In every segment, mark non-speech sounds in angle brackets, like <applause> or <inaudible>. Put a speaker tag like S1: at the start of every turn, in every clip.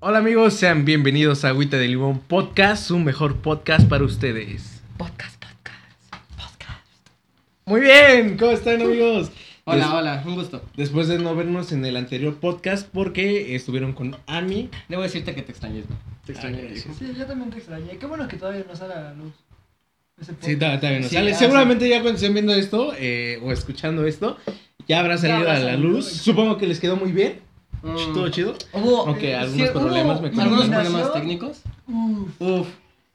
S1: Hola amigos, sean bienvenidos a Agüita de Limón Podcast, un mejor podcast para ustedes.
S2: Podcast, podcast, podcast.
S1: Muy bien, ¿cómo están amigos?
S2: Hola,
S1: Des-
S2: hola, un gusto.
S1: Después de no vernos en el anterior podcast porque estuvieron con Ami.
S2: Debo decirte que te extrañé. güey. Te
S1: Ah,
S2: extrañé.
S1: gracias.
S3: Sí, yo también te extrañé. Qué bueno que todavía no sale a la luz. Ese
S1: Sí,
S3: podcast.
S1: está, está bien. o
S2: Sí,
S1: sale.
S2: ya,
S1: Seguramente ya cuando estén viendo esto eh, o escuchando esto, ya habrá salido
S3: habrá
S1: a la
S3: salido.
S1: luz. Supongo que les quedó muy bien.
S2: Mm.
S1: Todo chido.
S2: Hubo
S1: Aunque
S2: eh,
S1: algunos
S2: sí,
S1: problemas
S2: hubo
S1: me
S2: algunos
S1: comentaron.
S2: problemas técnicos.
S3: Uf.
S2: Uf.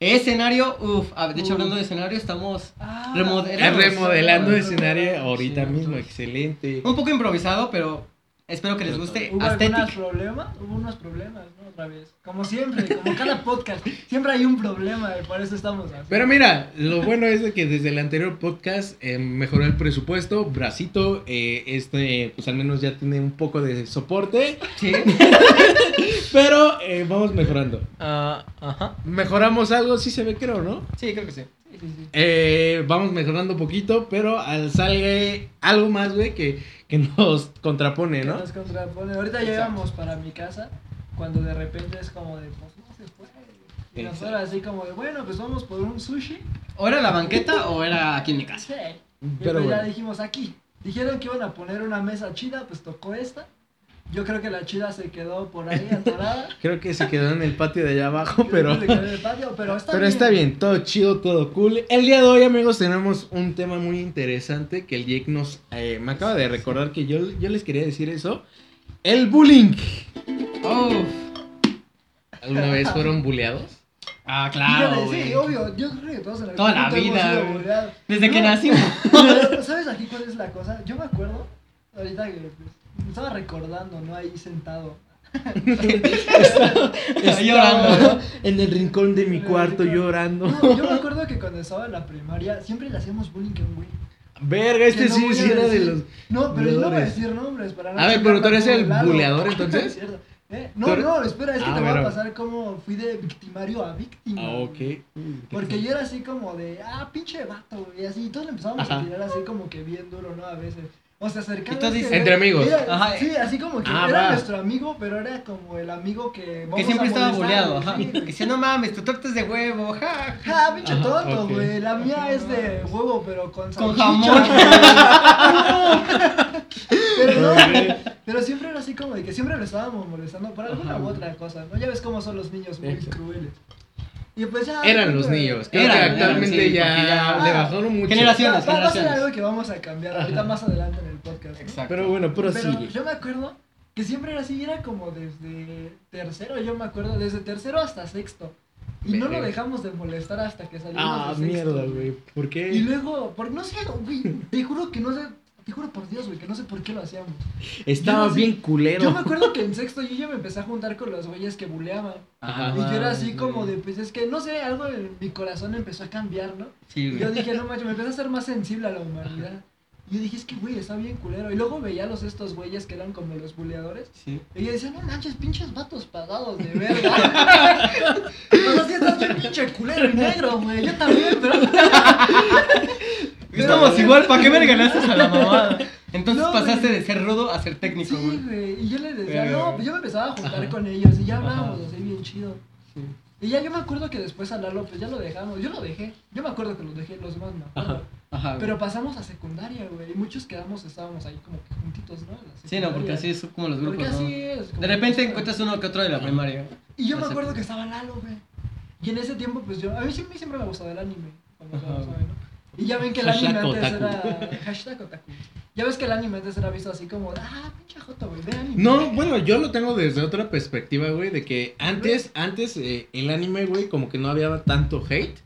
S2: Escenario, uf. Ah, de hecho,
S3: Uf.
S2: hablando de escenario, estamos
S3: Ah,
S1: Eh,
S2: Remodelamos.
S1: Remodelando
S3: sí.
S1: escenario ahorita
S2: Sí,
S1: mismo,
S2: entonces.
S1: excelente.
S2: un poco improvisado, pero espero que les guste.
S3: Hubo algunos
S2: Aesthetic.
S3: problemas, hubo unos problemas, ¿no? Otra vez. Como siempre, como cada podcast. Siempre hay un problema y por eso estamos así.
S1: Pero mira, lo bueno es de que desde el anterior podcast eh, mejoró el presupuesto. Bracito, eh, este, pues al menos ya tiene un poco de soporte.
S3: <laughs>
S2: Sí.
S1: Pero eh, vamos mejorando.
S2: Ah, ajá.
S1: Mejoramos algo, sí se ve, creo, ¿no?
S2: Sí, creo que sí.
S3: Sí, sí, sí.
S1: Eh, vamos mejorando poquito, pero al sale algo más, güey, que, que nos contrapone,
S3: Que
S1: ¿no?
S3: nos contrapone. Ahorita
S2: Exacto.
S3: llegamos para mi casa cuando de repente es como de, pues no se puede. Y nosotros
S1: Exacto.
S3: así como de, bueno, pues vamos por un sushi.
S2: ¿O era la banqueta o era aquí en mi casa?
S3: Sí. Y
S1: Pero
S3: pues ya
S1: bueno.
S3: dijimos aquí. Dijeron que iban a poner una mesa chida, pues tocó esta. Yo creo que la chida se quedó por
S1: <laughs>
S3: ahí atorada.
S1: Creo que se quedó en el patio de allá abajo,
S3: Yo
S1: <laughs> pero...
S3: creo que se quedó en el patio, pero está
S1: Pero
S3: bien.
S1: está bien, todo chido, todo cool. El día de hoy, amigos, tenemos un tema muy interesante que el Jake nos... eh, me acaba de recordar que yo, yo les quería decir eso. El bullying.
S2: Uf.
S1: ¿Alguna vez fueron
S3: <laughs>
S1: bulleados?
S2: Ah, claro.
S3: Dígale, sí,
S2: güey.
S3: obvio. Yo creo que todos en
S2: Toda la
S3: algún punto
S2: vida,
S3: hemos sido
S2: güey.
S3: bulleados.
S2: Desde que
S3: No.
S2: nacimos.
S3: Pero, ¿Sabes aquí cuál es la cosa? Yo me acuerdo, ahorita que pues, me estaba recordando, ¿no? Ahí sentado.
S2: llorando.
S1: Estaba En el rincón de mi cuarto llorando.
S3: No, yo me acuerdo que cuando estaba en la primaria siempre le hacíamos bullying a un güey.
S1: Verga,
S3: Que
S1: este
S3: no
S1: sí,
S3: voy a
S1: sí era de
S3: decir.
S1: los...
S3: No, pero yo no voy a
S1: Buleadores.
S3: decir nombres para no
S1: A ver, pero tú eres el
S3: Claro. <laughs>
S1: buleador, entonces.
S3: Es cierto. ¿Eh? No,
S1: Tú eres-
S3: no, espera, es que
S1: Ah,
S3: te voy a
S1: bueno.
S3: pasar como fui de victimario a víctima.
S1: Ah, ok.
S3: güey. Porque yo era así como de, ah, pinche vato, güey, así. Y todos le empezábamos
S1: Ajá.
S3: a tirar así como que bien duro, ¿no? A veces. O sea, acercamos.
S2: Entonces,
S1: entre amigos.
S2: Ajá.
S3: Sí, así como que
S1: Ah,
S3: era
S1: va.
S3: nuestro amigo, pero era como el amigo que. vamos
S2: Que
S3: a
S2: siempre estaba
S3: molestar,
S2: boleado,
S3: güey,
S2: ajá.
S3: sí,
S2: Que
S3: güey.
S2: decía, no mames, tu torta es de huevo, ja.
S3: Ah, pinche
S1: Ajá,
S3: tonto,
S1: ok.
S3: güey. La mía es de huevo, pero con
S2: Con
S3: salchicha,
S2: jamón.
S3: güey. <laughs> pero no, güey.
S1: Ok.
S3: Pero siempre era así como de que siempre lo estábamos molestando por alguna
S2: Ajá.
S3: u otra cosa, ¿no? Ya ves cómo son los niños muy
S1: Exacto.
S3: crueles. Y pues ya.
S1: Eran los niños. Pues Creo
S2: Eran,
S1: que
S2: eran,
S1: actualmente
S2: sí,
S1: ya,
S2: porque ya-
S1: le bajaron mucho.
S2: Generación.
S3: Va, va- va a ser
S2: generaciones.
S3: algo que vamos a cambiar ahorita más adelante en el podcast. ¿no?
S1: Pero bueno,
S3: Pero
S1: prosigue.
S3: yo me acuerdo que siempre era así, era como desde tercero, yo me acuerdo, desde tercero hasta sexto. Y no lo
S1: Verga.
S3: dejamos de molestar hasta que salimos
S1: Ah,
S3: de sexto.
S1: mierda, güey. ¿Por qué?
S3: Y luego, por, no sé, güey, te juro que no sé, te juro por Dios, güey, que no sé por qué lo hacíamos.
S1: Estaba
S3: yo no sé.
S1: bien culero.
S3: Yo me acuerdo que en sexto yo ya me empecé a juntar con los güeyes que buleaban.
S2: Ah,
S1: Ajá.
S3: y yo era así como de, pues es que, no sé, algo en mi corazón empezó a cambiar, ¿no?
S2: Sí,
S3: Y
S2: güey.
S3: yo dije, no macho, me empecé a ser más sensible a la humanidad. Y yo dije, es que, güey, está bien culero. Y luego veía a los estos güeyes que eran como los buleadores.
S2: Sí.
S3: Y yo decía, no manches, pinches vatos pagados de verga. <laughs> Pues así estás bien pinche culero y negro, güey. Yo también, pero...
S2: Estamos
S3: Pero-
S2: igual, ¿para qué verga le haces a
S1: <laughs>
S2: la mamada? Entonces
S3: No,
S2: pasaste
S3: güey.
S2: de ser rudo a ser técnico,
S3: Sí,
S2: güey.
S3: güey. Y yo le decía,
S2: Verga,
S3: no,
S2: güey.
S3: pues yo me empezaba a juntar
S1: Ajá.
S3: con ellos y ya hablábamos
S2: Ajá.
S3: así bien chido.
S2: Sí.
S3: Y ya yo me acuerdo que después a Lalo, pues ya lo dejamos. Yo lo dejé. Yo me acuerdo que los dejé, los demás no. me acuerdo.
S2: Ajá. güey.
S3: Pero pasamos a secundaria, güey. Y muchos quedamos, estábamos ahí como que juntitos, ¿no? En la
S2: sí, no, porque así
S3: secundaria.
S2: es como los
S3: Porque
S2: grupos, ¿no?
S3: así es. como
S2: De repente
S3: que-
S2: encuentras uno que otro de la primaria.
S3: Y yo me
S2: Así-
S3: acuerdo que estaba Lalo, güey. Y en ese tiempo, pues yo. A mí siempre, siempre me gustaba el anime. Como
S2: Ajá,
S3: todos
S2: güey.
S3: saben, ¿no? Y ya ven que el
S1: Hashtag
S3: anime antes
S1: otaku.
S3: era. Hashtag otaku. Ya ves que el anime antes era visto así como, ah, pinche joto, güey, de anime.
S1: No, bueno, yo lo tengo desde otra perspectiva, güey, de que antes, antes eh, el anime, güey, como que no había tanto hate.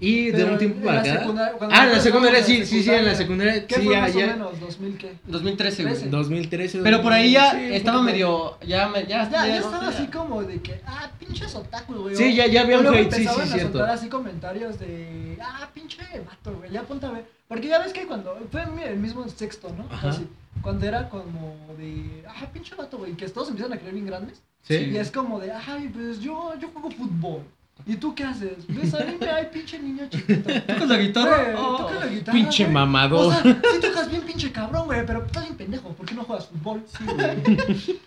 S1: Y de
S3: Pero
S1: un tiempo
S3: en
S1: para
S3: la
S1: acá.
S3: secundaria- cuando
S1: Ah, en la
S3: nosotros
S1: secundaria,
S3: estábamos
S1: sí, sí, sí, en la secundaria.
S3: ¿Qué
S1: sí,
S3: fue
S1: ya,
S3: más
S1: ya.
S3: o menos? ¿2000 qué?
S2: 2013, güey.
S3: Trece.
S1: 2013.
S2: Pero por ahí ya
S1: 2015,
S2: estaba
S1: un poco.
S2: medio. Ya, me- ya,
S3: Ya, ya estaba
S2: no sé,
S3: así como de que, ah, pinches otaku, güey.
S1: Sí, ya, ya había
S3: O
S1: un
S3: luego
S1: hate, sí,
S3: empezaban
S1: sí,
S3: a
S1: cierto.
S3: soltar así comentarios de, ah, pinche vato, güey, ya apunta a ver. Porque ya ves que cuando, fue en mi- el mismo sexto, ¿no?
S1: Ajá.
S3: Casi. cuando era como de, ah, pinche vato, güey, que todos empiezan a creer bien grandes.
S1: Sí.
S3: Y es como de, ay, pues yo, yo juego fútbol. ¿Y tú qué haces? Pues ¿Ves anime? Ay, pinche niño chiquito.
S2: ¿Tocas la
S3: Güey,
S2: guitarra? Oh.
S3: toca la guitarra,
S1: Pinche
S3: güey.
S1: mamador.
S3: O sea, sí tocas bien pinche cabrón, güey, pero estás bien pendejo, ¿por qué no juegas fútbol?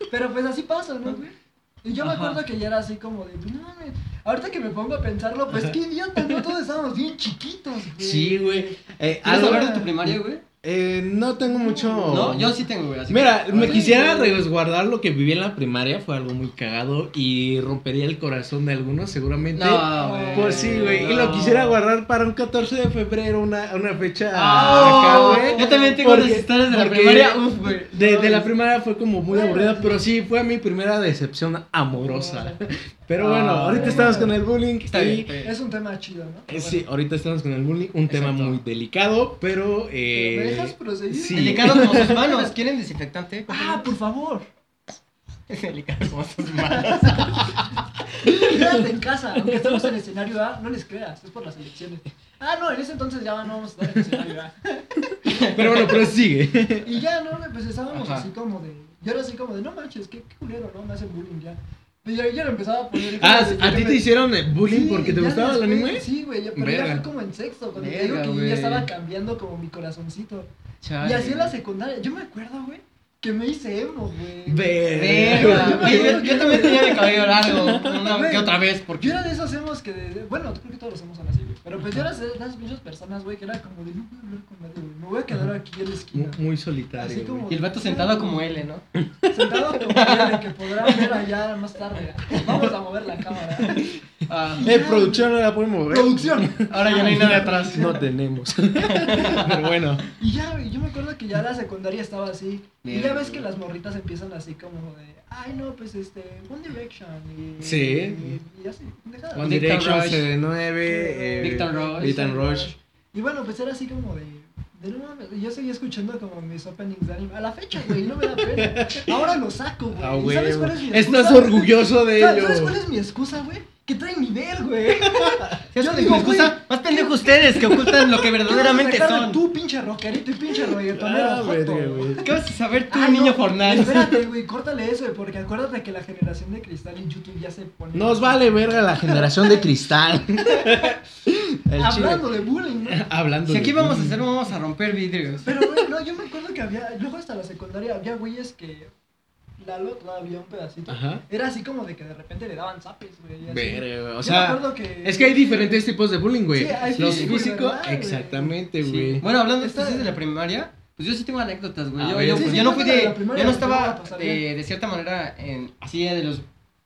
S3: pero pues así pasa, ¿no, güey? Y yo me
S2: Ajá.
S3: acuerdo que ya era así como de, "Pues, no mames, ahorita que me pongo a pensarlo, pues qué idiota, ¿no? Todos estábamos bien chiquitos, güey.
S1: Sí, güey. Eh,
S2: ¿Quieres
S1: algo-
S2: hablar de tu primaria, güey?
S1: eh, no tengo mucho.
S2: No, yo sí tengo, güey. así
S1: Mira,
S2: que-
S1: me
S2: Sí,
S1: quisiera
S2: güey.
S1: resguardar lo que viví en la primaria, fue algo muy cagado y rompería el corazón de algunos seguramente.
S2: No, güey.
S1: Pues sí, güey. Y lo
S2: no.
S1: quisiera guardar para un 14 de febrero, una, una fecha
S2: Ah,
S1: acá, güey.
S2: Yo también tengo las
S1: Porque-
S2: historias de la
S1: porque
S2: primaria. Uf, güey.
S1: De,
S2: No,
S1: de la
S2: es-
S1: primaria fue como muy
S3: Güey.
S1: aburrida, pero sí, fue mi primera decepción amorosa. Pero bueno,
S2: Ah,
S1: ahorita
S3: güey.
S1: estamos con el bullying.
S2: Está
S1: y-
S2: bien, está bien.
S3: Es un tema chido, ¿no?
S1: eh, Sí, ahorita estamos con el bullying, un tema
S2: Exacto.
S1: muy delicado, pero...
S3: ¿Me dejas
S1: Eh,
S3: proseguir?
S1: sí.
S2: Delicados como sus manos. ¿Quieren desinfectante?
S3: Ah, pues. por
S1: <laughs>
S3: favor,
S2: <laughs> Delicados como sus
S3: <laughs>
S2: manos.
S3: quédate en casa, aunque estemos en escenario A, no les creas, es por las elecciones. Ah, no, en ese entonces ya no vamos a estar en escenario A.
S1: <laughs> pero bueno, prosigue.
S3: <laughs> Y ya, ¿no? Pues estábamos
S2: Ajá.
S3: así como de. Yo era así como de, no manches, qué, qué culero, ¿no? Me hacen bullying ya. Y yo, yo le empezaba a poner.
S1: Ah,
S3: como de-
S1: ¿a
S3: yo
S1: ti
S3: me-
S1: te hicieron eh, bullying
S3: Sí,
S1: porque te
S3: ya
S1: gustaba el
S3: después-
S1: anime?
S3: Sí, güey, yo- pero
S1: Verga.
S3: ya fue como en sexto, cuando te
S2: Verga,
S3: digo que yo
S2: güey.
S3: ya estaba cambiando como mi corazoncito. y así en la secundaria, yo me acuerdo, güey, que me hice emo, güey.
S2: Verga.
S1: Verga.
S2: Oye, yo, yo también tenía de cabello
S3: <laughs>
S2: largo. Una
S3: Güey.
S2: que otra vez. Porque
S3: Yo era de esos emos que, de- de- bueno, creo que todos los emos son así, güey. Pero pues yo era de esas muchas personas, güey, que era como de, no voy a hablar con nadie, güey. Me voy a quedar aquí en la
S1: Mu-
S3: esquina.
S1: <laughs> Muy
S3: Así
S1: solitario.
S3: como-
S1: güey.
S2: Y el vato sentado como L, ¿no?
S3: Sentado como quieren, que podrán ver allá más tarde. Vamos a mover la cámara.
S2: Ah,
S1: Eh, producción no la pueden mover.
S3: Producción.
S2: ahora ya no hay nada atrás.
S1: No tenemos. <laughs> Pero bueno.
S3: Y ya, güey, yo me acuerdo que ya la secundaria estaba así. Y ya
S2: Mierda.
S3: ves que las morritas empiezan así como de, ay no, pues este, One Direction. Y,
S1: Sí.
S3: Y, y así, pendejadas.
S1: One
S2: Dick
S1: Direction,
S2: Rush.
S1: CD9, eh,
S2: Dick Tan Rush.
S1: Dick Tan Rush.
S3: Y bueno, pues era así como de, de no mames. Yo seguía escuchando como mis openings de anime. A la fecha, güey, no me da pena. Ahora lo saco, güey.
S1: Ah,
S3: ¿Y
S1: güey.
S3: ¿Sabes cuál es mi excusa?
S1: Estás orgulloso de
S3: ¿Sabes ¿sabes
S1: ello.
S3: cuál es mi excusa, güey? Que trae nivel, güey.
S2: ¿Sabes
S3: Yo
S2: qué
S3: digo,
S2: me excusa?
S3: güey,
S2: Más pendejo ustedes que ocultan lo que
S3: <laughs> ¿Qué vas a
S2: verdaderamente
S3: sacar de
S2: son.
S3: Tú, pinche rockerito y pinche reggaetonero.
S1: Ah,
S3: joto,
S1: verga,
S3: güey?
S1: güey.
S2: ¿Qué vas a saber tú,
S3: Ah, no,
S2: niño Fortnite?
S3: Espérate,
S1: <laughs>
S3: güey, córtale eso, güey, porque acuérdate que la generación de cristal en YouTube ya se pone.
S1: Nos vale verga la generación de cristal. El
S3: Hablando
S1: chile.
S3: de bullying,
S1: <laughs>
S3: ¿no?
S1: Hablando
S2: Si aquí
S1: de-
S2: vamos a hacer, vamos a romper vidrios.
S3: Pero, güey, no, yo me acuerdo que había. Luego hasta la secundaria había güeyes que. Lalo todavía un pedacito.
S1: Ajá.
S3: Era así como de que de repente le daban zapes, güey. y así.
S1: Ah. Verga, güey.
S3: Yo
S1: O
S3: me
S1: sea,
S3: acuerdo que.
S1: es que hay diferentes tipos de bullying, güey.
S3: Sí, hay
S1: Los
S3: físico y
S1: físicos,
S3: verbal, güey.
S1: exactamente,
S2: Sí.
S1: güey.
S2: Bueno, hablando de
S3: Está-
S2: estas de la primaria, pues yo sí tengo anécdotas, güey.
S1: A
S2: Yo,
S1: ver.
S2: yo,
S1: Sí,
S2: pues
S1: sí,
S2: yo no fui
S3: cuéntame de
S2: de.
S3: la primaria,
S2: Yo no
S3: porque yo me la
S2: estaba
S3: pasaría.
S2: de, de cierta manera en, así de los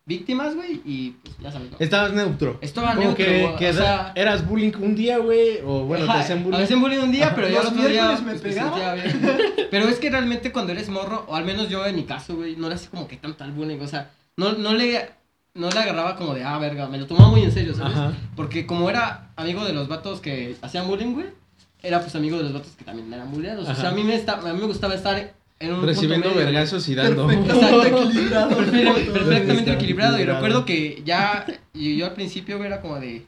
S2: víctimas, güey, y pues ya sabes. ¿no?
S1: Estabas neutro.
S2: Estaba
S1: Como
S2: neutro,
S1: que,
S2: güey,
S1: que
S2: o sea-
S1: eras bullying un día, güey, o bueno, te
S2: Ajá,
S1: hacían
S2: me
S1: bullying.
S2: hacían bullying un día, pero yo
S3: Los
S2: el otro día
S3: miércoles me
S2: pues, me sentía
S3: pegaba.
S2: bien. Pero es que realmente cuando eres morro, o al menos yo en mi caso, güey, no era así como que tan tal bullying, o sea, no, no le no le agarraba como de, ah, verga, me lo tomaba muy en serio, ¿sabes?
S1: Ajá.
S2: Porque como era amigo de los vatos que hacían bullying, güey, era pues amigo de los vatos que también eran bulleados. O
S1: Ajá.
S2: sea, a mí me, esta- a mí me gustaba estar en un punto
S1: Recibiendo
S2: medio.
S1: vergazos y dando. <laughs>
S3: Perfectamente
S2: <laughs> Perfecta-
S3: equilibrado. joto, güey.
S2: perfectamente
S1: Está
S2: equilibrado. Y
S1: equilibrado.
S2: recuerdo que ya, y yo al principio güey, era como de,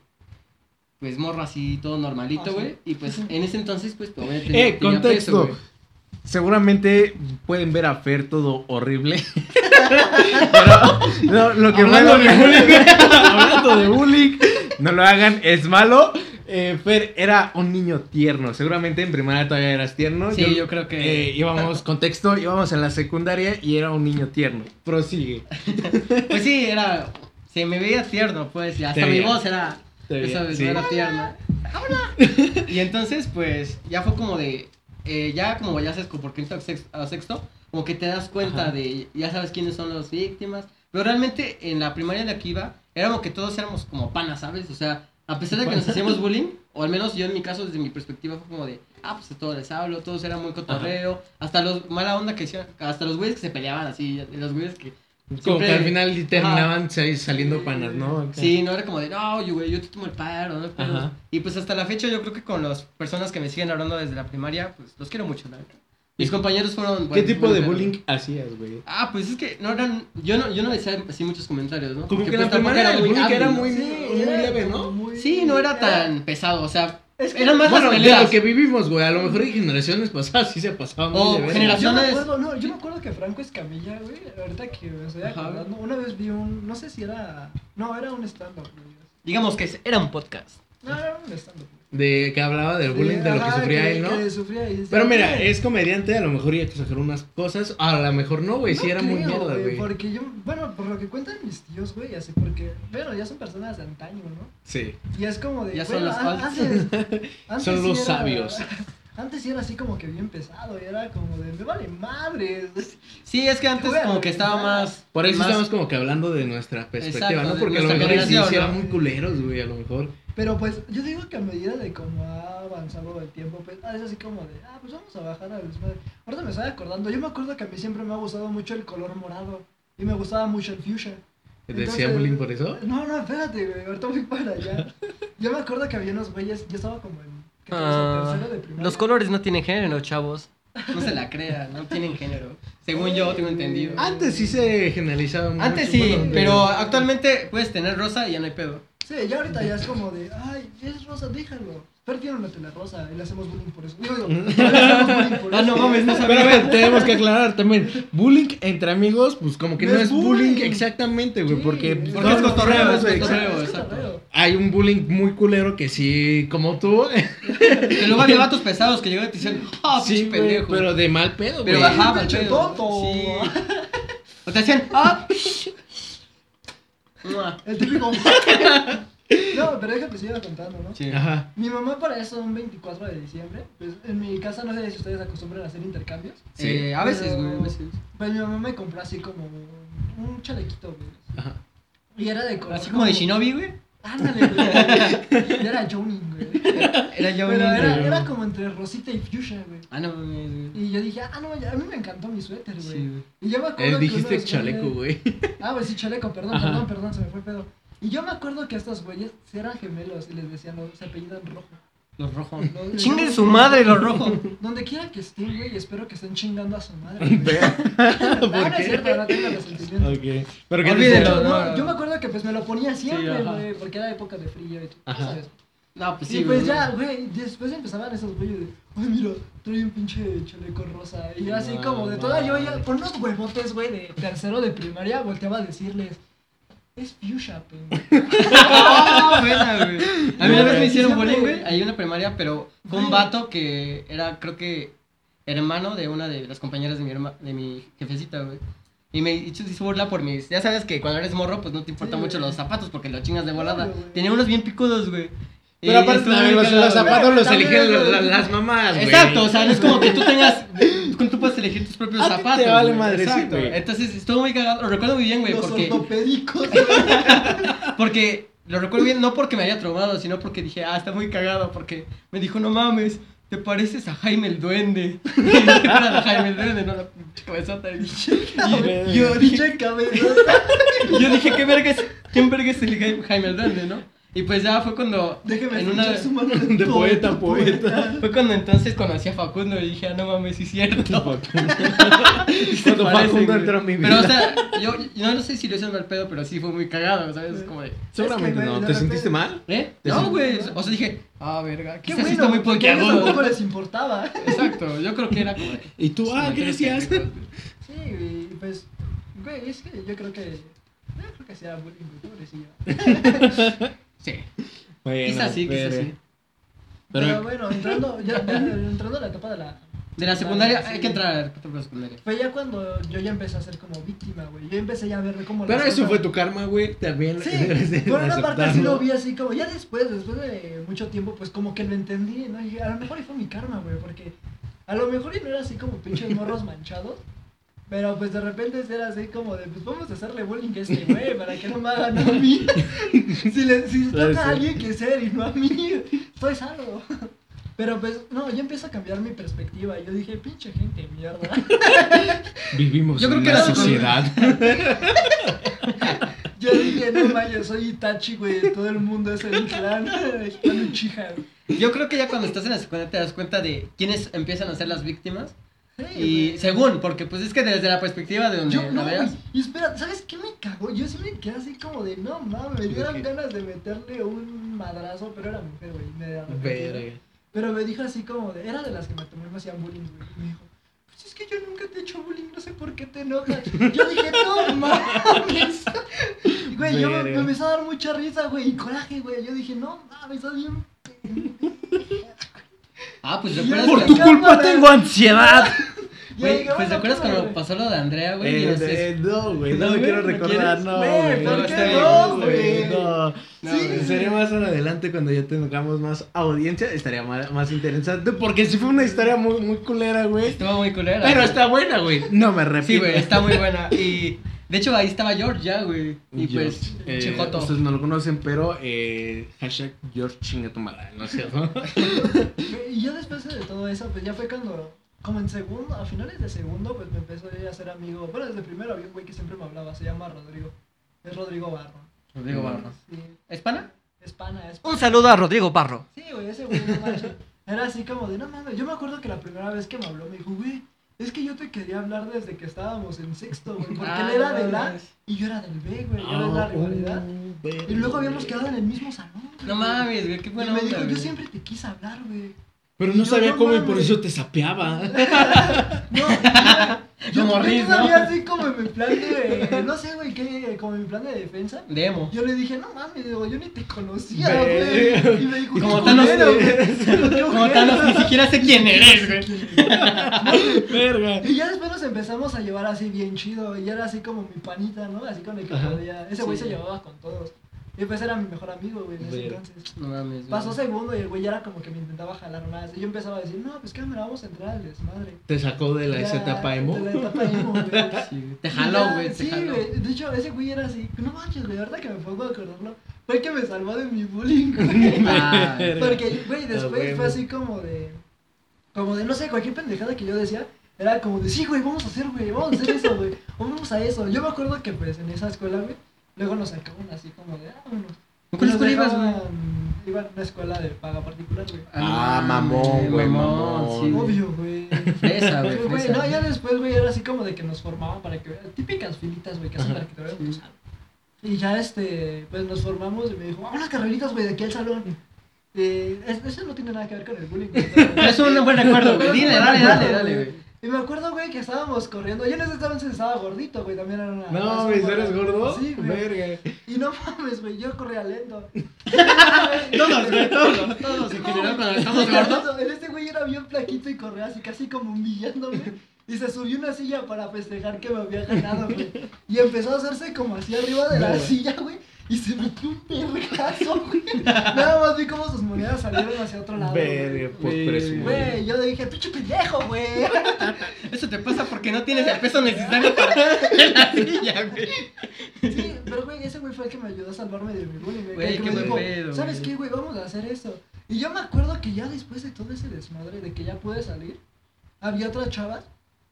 S2: pues morro así, todo normalito,
S3: Ah,
S2: güey. Y pues en ese entonces, pues, obviamente.
S1: Eh,
S2: tenía
S1: contexto.
S2: peso, güey.
S1: Seguramente pueden ver a Fer todo
S2: <laughs>
S1: horrible. Pero no, lo que malo-
S2: Hablando de bullying.
S1: <laughs> hablando de bullying, no lo hagan, es malo. Eh, Fer era un niño tierno. Seguramente en primaria todavía eras tierno.
S2: Sí, yo creo que-
S1: eh, íbamos, contexto, íbamos en la secundaria y era un niño tierno. Prosigue.
S2: Pues sí, era. Se me veía tierno, pues. Y hasta
S1: Te
S2: mi
S1: veía.
S2: voz era.
S1: Te
S2: ya
S1: veía,
S2: sabes,
S1: sí.
S2: no era tierna. Y entonces, pues, ya fue como de. eh, ya como ya sabes, como por quinto a sex- a sexto, como que te das cuenta
S1: Ajá.
S2: de. Ya sabes quiénes son las víctimas. Pero realmente en la primaria en la que iba, éramos que todos éramos como panas, ¿sabes? O sea, a pesar de que nos hacíamos bullying, o al menos yo en mi caso, desde mi perspectiva, fue como de. Ah, pues a todos les hablo, todos eran muy cotorreo. Hasta los mala onda que hacían. Hasta los güeyes que se peleaban así, los güeyes que.
S1: Como que
S2: Siempre-
S1: al final terminaban sa- saliendo panas, ¿no? Acá.
S2: Sí, no era como de, no, yo, güey, yo te tomo el paro, ¿no? Pero-
S1: Ajá.
S2: Y pues hasta la fecha yo creo que con las personas que me siguen hablando desde la primaria, pues los quiero mucho, la verdad. Mis compañeros fueron...
S1: ¿Qué
S2: bueno,
S1: tipo
S2: muy
S1: de
S2: buenos.
S1: bullying hacías, güey?
S2: Ah, pues es que no eran... Yo no, yo no decía así muchos comentarios, ¿no?
S1: Como
S2: Porque,
S1: que en la
S2: pues, tampoco
S1: primaria el bullying
S2: hábil,
S1: era
S2: ¿no?
S1: muy, muy
S3: era
S1: leve,
S3: como
S1: ¿no?
S3: muy-
S2: Sí, no era tan pesado, o sea...
S3: Es que-
S2: eran más
S1: Bueno,
S2: las
S1: de
S2: peleas.
S1: lo que vivimos, güey. A lo mejor en generaciones pasadas sí se pasaba muy
S2: Oh,
S1: de verga.
S2: generación-
S3: Yo me
S2: Razones-
S3: acuerdo, no, yo me acuerdo que Franco Escamilla, güey, ahorita que me estoy
S2: Ajá,
S3: acordando, una vez vi un, no sé si era, no, era un stand-up, güey,
S2: Digamos que era un podcast.
S3: No, era un stand-up.
S1: De que hablaba del bullying, de lo que
S3: Ajá,
S1: sufría él, ¿no?
S3: que sufría y-
S1: Pero mira,
S3: Güey,
S1: es comediante, a lo mejor ya exageró unas cosas, a lo mejor no, güey, sí
S3: no
S1: era muy
S3: creo,
S1: mierda, güey.
S3: Porque yo, bueno, por lo que cuentan mis tíos, güey, así porque, bueno, ya son personas de antaño, ¿no?
S1: Sí.
S3: Y es como de.
S2: Ya
S3: güey,
S2: son los
S3: an-
S2: altos.
S1: <laughs>
S3: antes- antes
S1: Son
S3: sí
S1: los
S3: era-
S1: sabios.
S3: <laughs> Antes sí era así como que bien pesado, y era como de, me vale madre.
S2: Sí, es que antes
S3: Bueno,
S2: como que estaba
S3: ya.
S2: más...
S1: Por eso
S2: más-
S1: estamos como que hablando de nuestra perspectiva,
S2: Exacto,
S1: ¿no?
S2: de
S1: Porque a lo
S2: nuestra
S1: mejor y sí,
S2: generación,
S1: sí eran
S3: ¿no?
S1: muy culeros, güey, a lo mejor.
S3: Pero pues, yo digo que a medida de cómo ha avanzado el tiempo, pues, ah, es así como de, ah, pues vamos a bajar al desmadre. Ahorita me estoy acordando, yo me acuerdo que a mí siempre me ha gustado mucho el color morado. Y me gustaba mucho el fuchsia.
S1: ¿Decía
S3: Entonces-
S1: bullying por eso?
S3: No, no, espérate, güey. Ahorita voy
S1: <laughs>
S3: para allá. Yo me acuerdo que había unos güeyes. Yo estaba como en. ¿qué te gusta?
S2: Ah,
S3: Tercero de primaria.
S2: los colores no tienen género, chavos. <laughs> No se la crean, no tienen género. Según yo tengo entendido.
S1: Antes sí se generalizaba mucho.
S2: Antes sí,
S1: bueno,
S2: pero actualmente puedes tener rosa y ya no hay pedo.
S3: Sí, ya ahorita ya es como de. Ay, es rosa, déjalo. Pero tiene una tela rosa y le hacemos bullying por eso. Digo, digo, le hacemos bullying
S2: <laughs>
S3: por
S2: Ah,
S3: eso.
S2: no mames, no
S1: eh, Pero a ver, tenemos que aclarar también. Bullying entre amigos, pues como que no,
S3: No
S1: es
S3: es
S1: bullying,
S3: bullying.
S1: exactamente,
S3: Sí,
S1: güey. Porque,
S3: güey.
S2: Porque es
S1: todos
S2: cotorreo,
S1: sabemos,
S2: es
S1: güey,
S2: cotorreo.
S3: Es
S2: exacto.
S3: cotorreo.
S1: Hay un bullying muy culero que sí, como tú. <laughs>
S2: En lugar de vatos pesados que llegan y te dicen, ah,
S1: sí,
S2: pinche
S1: güey,
S2: pendejo.
S1: pero de mal pedo,
S2: Pero
S1: güey.
S3: ajá.
S2: bajaba el
S3: pinche
S2: pedo.
S3: tonto.
S2: Sí. O te decían, ah, Mua.
S3: El típico. <laughs> No, pero deja que siga contando, ¿no?
S2: Sí.
S1: Ajá.
S3: Mi mamá para eso un 24 de diciembre, pues en mi casa no sé si ustedes acostumbran a hacer intercambios,
S1: Sí.
S2: Eh, a veces,
S3: Pero-
S2: güey, a veces.
S3: pues mi mamá me compró así como un chalequito, güey.
S1: Ajá.
S3: Y era de color.
S2: Así como de shinobi, güey. <laughs>
S3: Ándale, güey. Yo era Jonin, güey.
S2: Era yo
S3: Pero
S2: un
S3: era,
S2: niño.
S3: era como entre Rosita y Fuchsia, güey.
S2: Ah, no mames,
S3: <laughs>
S2: güey.
S3: Y yo dije, ah, no, ya- a mí me encantó mi suéter, güey.
S2: Sí, güey.
S3: Y yo me
S1: Eh,
S3: acuerdo que
S1: dijiste
S3: unos
S1: chaleco,
S3: güeyes-
S1: güey.
S3: Ah, güey, sí, chaleco, perdón,
S1: Ajá.
S3: perdón, perdón, se me fue el pedo. Y yo me acuerdo que estos güeyes eran gemelos y les decían, no, se apellidan rojo.
S2: Los rojos.
S3: No,
S2: Chingue
S3: no,
S2: su madre, los rojos.
S3: Donde quiera que estén, güey, espero que estén chingando a su madre.
S1: <laughs>
S3: güey. <laughs> Ah, No, no
S1: ¿Por
S3: es
S1: qué?
S3: cierto, no tengo resentimiento.
S1: <laughs> Ok. Pero que
S2: Olvídelo.
S3: Pero no,
S2: no.
S3: yo me acuerdo que pues me lo ponía siempre,
S2: ajá.
S3: güey, porque era época de frío y tú,
S1: Ajá.
S3: ¿sabes?
S2: No, pues
S3: y
S2: sí,
S3: pues
S2: güey.
S3: ya, güey, después empezaban esos güeyes de, ay, mira, trae un pinche chaleco rosa. Y así
S1: No,
S3: como de toda, yo ya,
S1: mames.
S3: con unos huevotes, güey, de tercero de primaria, volteaba a decirles, es fuchsia, pendejo.
S2: Ah, buena, güey.
S1: <laughs>
S2: A mí una vez me hicieron
S3: Siempre-
S2: bullying, güey. Ahí en la primaria, pero con un
S3: Güey.
S2: vato que era, creo que, hermano de una de las compañeras de mi, herma- de mi jefecita, güey. Y me hizo, hizo burla por mis. Ya sabes que cuando eres morro, pues no te importan
S3: Sí,
S2: mucho
S3: güey.
S2: los zapatos porque los chingas de volada.
S3: Claro, güey.
S2: Tenía unos bien picudos, güey. Y
S1: Pero aparte
S2: estuvo
S1: también
S2: muy
S1: los,
S2: cagado,
S1: los
S2: güey.
S1: zapatos los
S3: También,
S1: eligen la-
S3: güey.
S1: la- las mamás, güey. <laughs>
S2: Exacto, o sea, no es como que tú tengas. Tú puedes elegir tus propios
S1: A ti te
S2: zapatos.
S1: vale
S2: güey.
S1: madre, sí,
S2: Exacto.
S1: güey.
S2: Entonces estuvo muy cagado. Lo recuerdo muy bien, güey.
S3: Los
S2: Porque,
S3: ortopédicos.
S2: porque lo recuerdo bien, no porque me haya traumado, sino porque dije, ah, está muy cagado. Porque me dijo, no mames, te pareces a Jaime el Duende. <laughs> Y yo era Jaime el Duende, no la pinche cabezota. Y, y- y yo dije,
S3: pinche cabeza.
S2: y yo dije, ¿qué verga es? ¿Quién verga es el Jaime- Jaime el Duende, no? Y pues ya fue cuando.
S3: Déjeme
S2: en
S3: en
S2: una-
S3: su mano
S1: De poeta, poeta.
S2: Fue cuando entonces conocí a Facundo y dije, ah, no mames, sí es
S1: <laughs>
S2: cierto. <laughs> Se
S1: Cuando
S2: parecen,
S1: Facundo
S2: güey.
S1: entró a mi vida.
S2: Pero, o sea, yo, yo no sé si lo hice mal pedo, pero sí fue muy cagado, ¿sabes? Es como de,
S1: <laughs> Seguramente
S3: Es que,
S1: no.
S3: güey,
S1: ¿Te
S3: de
S1: sentiste
S3: repente-
S1: mal?
S2: ¿eh?
S1: Te
S2: No,
S1: sentí-
S2: güey. O sea, dije, ah, verga,
S3: <laughs> Qué
S2: quizás sí está
S3: bueno,
S2: muy
S3: porque a ellos tampoco
S2: puntiagudo.
S3: les importaba.
S2: Exacto, yo creo que era como de, "Pues,
S1: Y tú, ah,
S2: "Me crees
S1: gracias.
S2: pendejo, güey".
S3: Sí, güey, y pues, güey, es que yo creo que. Yo creo que sea bullying, güey, pobrecillo. Pero,
S2: Sí,
S1: <laughs> Bueno,
S2: quizás sí, quizás
S1: pero-
S2: sí.
S1: Pero,
S3: bueno, entrando, ya, ya entrando a la etapa de la.
S2: De la secundaria,
S3: sí.
S2: hay que entrar a la etapa secundaria.
S3: Fue ya cuando yo ya empecé a ser como víctima, güey. Yo empecé ya a ver como.
S1: pero
S3: las
S1: eso
S3: cosas-
S1: fue tu karma, güey. También <laughs> debes de
S3: Sí, por una parte sí
S1: aceptarlo.
S3: lo vi así como, ya después, después de mucho tiempo, pues como que lo entendí, ¿no? Y dije, a lo mejor y fue mi karma, güey, porque a lo mejor y no era así como pinches morros manchados, pero pues de repente era así como de, pues vamos a hacerle bullying a este güey para que no me hagan a mí. si le si
S1: Puede
S3: toca
S1: ser.
S3: a alguien que ser y no a mí, estoy salvo. Pero pues, no, ya empiezo a cambiar mi perspectiva. Yo dije, pinche gente, mierda.
S1: Vivimos
S2: Yo
S1: en
S2: creo que
S1: una
S2: era-
S1: sociedad. <laughs>
S3: Yo dije, no mames, soy Itachi, güey. Todo el mundo es el clan. El clan Uchiha, güey.
S2: Yo creo que ya cuando estás en la secundaria te das cuenta de quiénes empiezan a ser las víctimas.
S3: Sí,
S2: Y
S3: güey.
S2: según, porque pues es que desde la perspectiva de donde
S3: Yo,
S2: la
S3: no,
S2: veas.
S3: güey, y espera, ¿sabes qué me cagó? Yo sí me quedé así como de, no mames, me
S2: ¿De
S3: dieron
S2: qué?
S3: ganas de meterle un madrazo, pero era mujer, güey, me da
S1: Verga.
S3: Pero me dijo así como de, era de las que me tomé, me hacían bullying, güey. y Me dijo, pues es que yo nunca te he hecho bullying, no sé por qué te enojas. Yo dije, no mames. <laughs> güey, yo me, me
S1: Verga.
S3: empezó a dar mucha risa, güey, y coraje, güey. Yo dije, no, mames, estás bien.
S2: Ah, pues
S3: Yo-
S2: recuerdas
S3: Por
S2: que-
S3: tu Ya, madre.
S1: ansiedad.
S3: Yo
S2: Güey,
S3: dije,
S2: pues
S3: bueno,
S2: te acuerdas
S3: cámara,
S2: cuando
S3: güey.
S2: pasó lo de Andrea, güey.
S1: Eh,
S2: Y
S1: eh,
S2: es-
S1: no, güey, no,
S2: ¿No,
S1: me
S2: güey?
S1: quiero
S2: ¿No
S1: recordar,
S2: quieres?
S1: no,
S3: Güey,
S1: güey.
S3: ¿por
S1: no,
S2: qué
S1: está bien,
S2: no,
S3: güey?
S1: No.
S2: No,
S3: Sí,
S2: güey.
S3: sí,
S1: Sería más adelante cuando ya tengamos más audiencia, estaría más, más interesante. Porque sí fue una historia muy, muy culera, güey.
S2: Estuvo muy culera.
S1: Pero
S2: güey.
S1: está buena, güey. No me arrepiento.
S2: Sí, güey, está muy buena. Y de hecho ahí estaba George ya, güey. Y
S1: George,
S2: pues,
S1: eh,
S2: Chejoto.
S1: Ustedes no lo conocen, pero eh, hashtag George chinga tu madre, ¿no es cierto?
S3: Güey, Y yo después de todo eso, pues ya fue cuando, como en segundo, a finales de segundo, pues me empezó a ser amigo. Bueno, desde primero había un güey que siempre me hablaba, se llama Rodrigo. Es Rodrigo Barro.
S2: Rodrigo Barro.
S3: Sí,
S2: ¿Es pana?
S3: es pana, es
S2: Un saludo a Rodrigo Barro.
S3: Sí, güey, ese güey, no manches. Era así como de, no mames. Yo me acuerdo que la primera vez que me habló me dijo, güey, es que yo te quería hablar desde que estábamos en sexto, güey. Porque
S2: Ah,
S3: él era
S2: no
S3: del A
S2: mames.
S3: y yo era del B, güey. Yo era la
S1: Ah,
S3: rivalidad.
S1: oh, verga,
S3: Y luego habíamos
S1: güey.
S3: quedado en el mismo salón. güey.
S2: No mames, güey, qué buena
S3: y me
S2: onda,
S3: dijo, yo
S2: güey.
S3: siempre te quise hablar, güey.
S1: Pero no
S3: Yo,
S1: sabía
S3: no
S1: cómo y por
S3: mames.
S1: eso te sapeaba. <laughs>
S3: No, güey, yo
S2: Como
S3: yo
S2: Riz, ¿no?
S3: todavía así como en mi plan de, no sé, güey, qué, como en mi plan de defensa.
S2: Demo.
S3: Yo le dije, no mames, digo, yo ni te conocía,
S1: Ve.
S3: güey. Y me dijo,
S1: Y
S3: "Qué
S2: como Thanos,
S3: culero,
S2: güey.
S3: Qué
S2: Como
S3: ojete".
S2: Thanos, ni siquiera sé
S3: <laughs>
S2: quién eres, güey.
S1: Verga.
S3: Y ya después nos empezamos a llevar así bien chido. Y ya era así como mi panita, ¿no? Así con el que
S1: Ajá.
S3: podía. Ese güey
S2: Sí.
S3: se llevaba con todos. Y pues era mi mejor amigo, güey, en ese
S1: Ver.
S3: entonces.
S2: No mames, güey.
S3: Pasó segundo y el güey ya era como que me intentaba jalar más. Y yo empezaba a decir, no, pues cámara, vamos a entrar al desmadre.
S1: Te sacó de la
S3: Ya,
S1: esa etapa emo.
S3: De la
S1: <laughs>
S3: etapa emo, güey.
S2: <laughs>
S3: <laughs>
S2: Sí, güey. Te
S3: Y
S2: jaló,
S3: ya,
S2: güey, te
S3: Sí,
S2: jaló.
S3: güey. De hecho, ese güey era así. No manches, güey, ahorita que me pongo a acordarlo. Fue el que me salvó de mi
S2: <laughs>
S3: bullying, güey.
S2: <laughs> Ah,
S3: Porque, güey,
S1: Ah,
S3: después
S1: bueno.
S3: fue así como de. Como de, no sé, cualquier pendejada que yo decía. Era como de, sí, güey, vamos a hacer, güey, vamos a hacer eso, güey.
S2: <laughs>
S3: O vamos a eso. Yo me acuerdo que, pues, en esa escuela, güey, luego nos sacaban así como de, ah, bueno.
S2: ¿Con cuál
S3: Nos
S2: escuela ibas, güey?
S3: dejaban- Iba a una escuela de paga particular, güey.
S1: Ah, mamón, güey, mamón.
S2: sí, güey.
S3: Obvio, güey.
S2: <laughs> Fresa, güey,
S3: Pero, güey,
S2: fresa.
S3: no, ya después, güey, era así como de que nos formaban para que típicas filitas, güey, que hacen para que te vean tu
S2: Sí.
S3: salón. Y ya, este, pues nos formamos y me dijo, vamos a unas carreritas, güey, de aquí al salón. Eh, es- eso no tiene nada que ver con el bullying. güey,
S2: <laughs>
S3: pero-
S2: Es un buen acuerdo, güey. Dile, dale, dale, dale, güey.
S3: Y me acuerdo, güey, que estábamos corriendo. Yo en ese entonces estaba gordito, güey, también era una...
S1: No,
S3: era
S1: güey,
S3: súper-
S1: ¿eres gordo?
S3: Sí, güey. <laughs>
S1: Verga.
S3: Y no mames, güey, yo corría lento.
S2: Todos, güey, todos, todos en general cuando estamos gordos.
S3: <laughs> El este güey era bien flaquito y corría así casi como humillándome. Y se subió a una silla para festejar que me había ganado, güey. Y empezó a hacerse como así arriba de la
S1: No.
S3: silla, güey. Y se metió un perrazo, güey. Nada más vi cómo sus monedas salieron hacia otro lado.
S1: Verga,
S3: Güey,
S1: por
S2: Güey.
S1: presumir.
S3: Güey, yo le dije, pinche pendejo, güey.
S2: Eso te pasa porque no tienes el peso necesario <laughs> para la silla, güey.
S3: Sí, pero güey, ese güey fue el que me ayudó a salvarme de mi bullying.
S2: Güey,
S3: el que
S2: qué buen
S3: me dijo,
S2: pedo,
S3: ¿Sabes
S2: güey".
S3: qué, güey? Vamos a hacer esto. Y yo me acuerdo que ya después de todo ese desmadre, de que ya pude salir, había otras chavas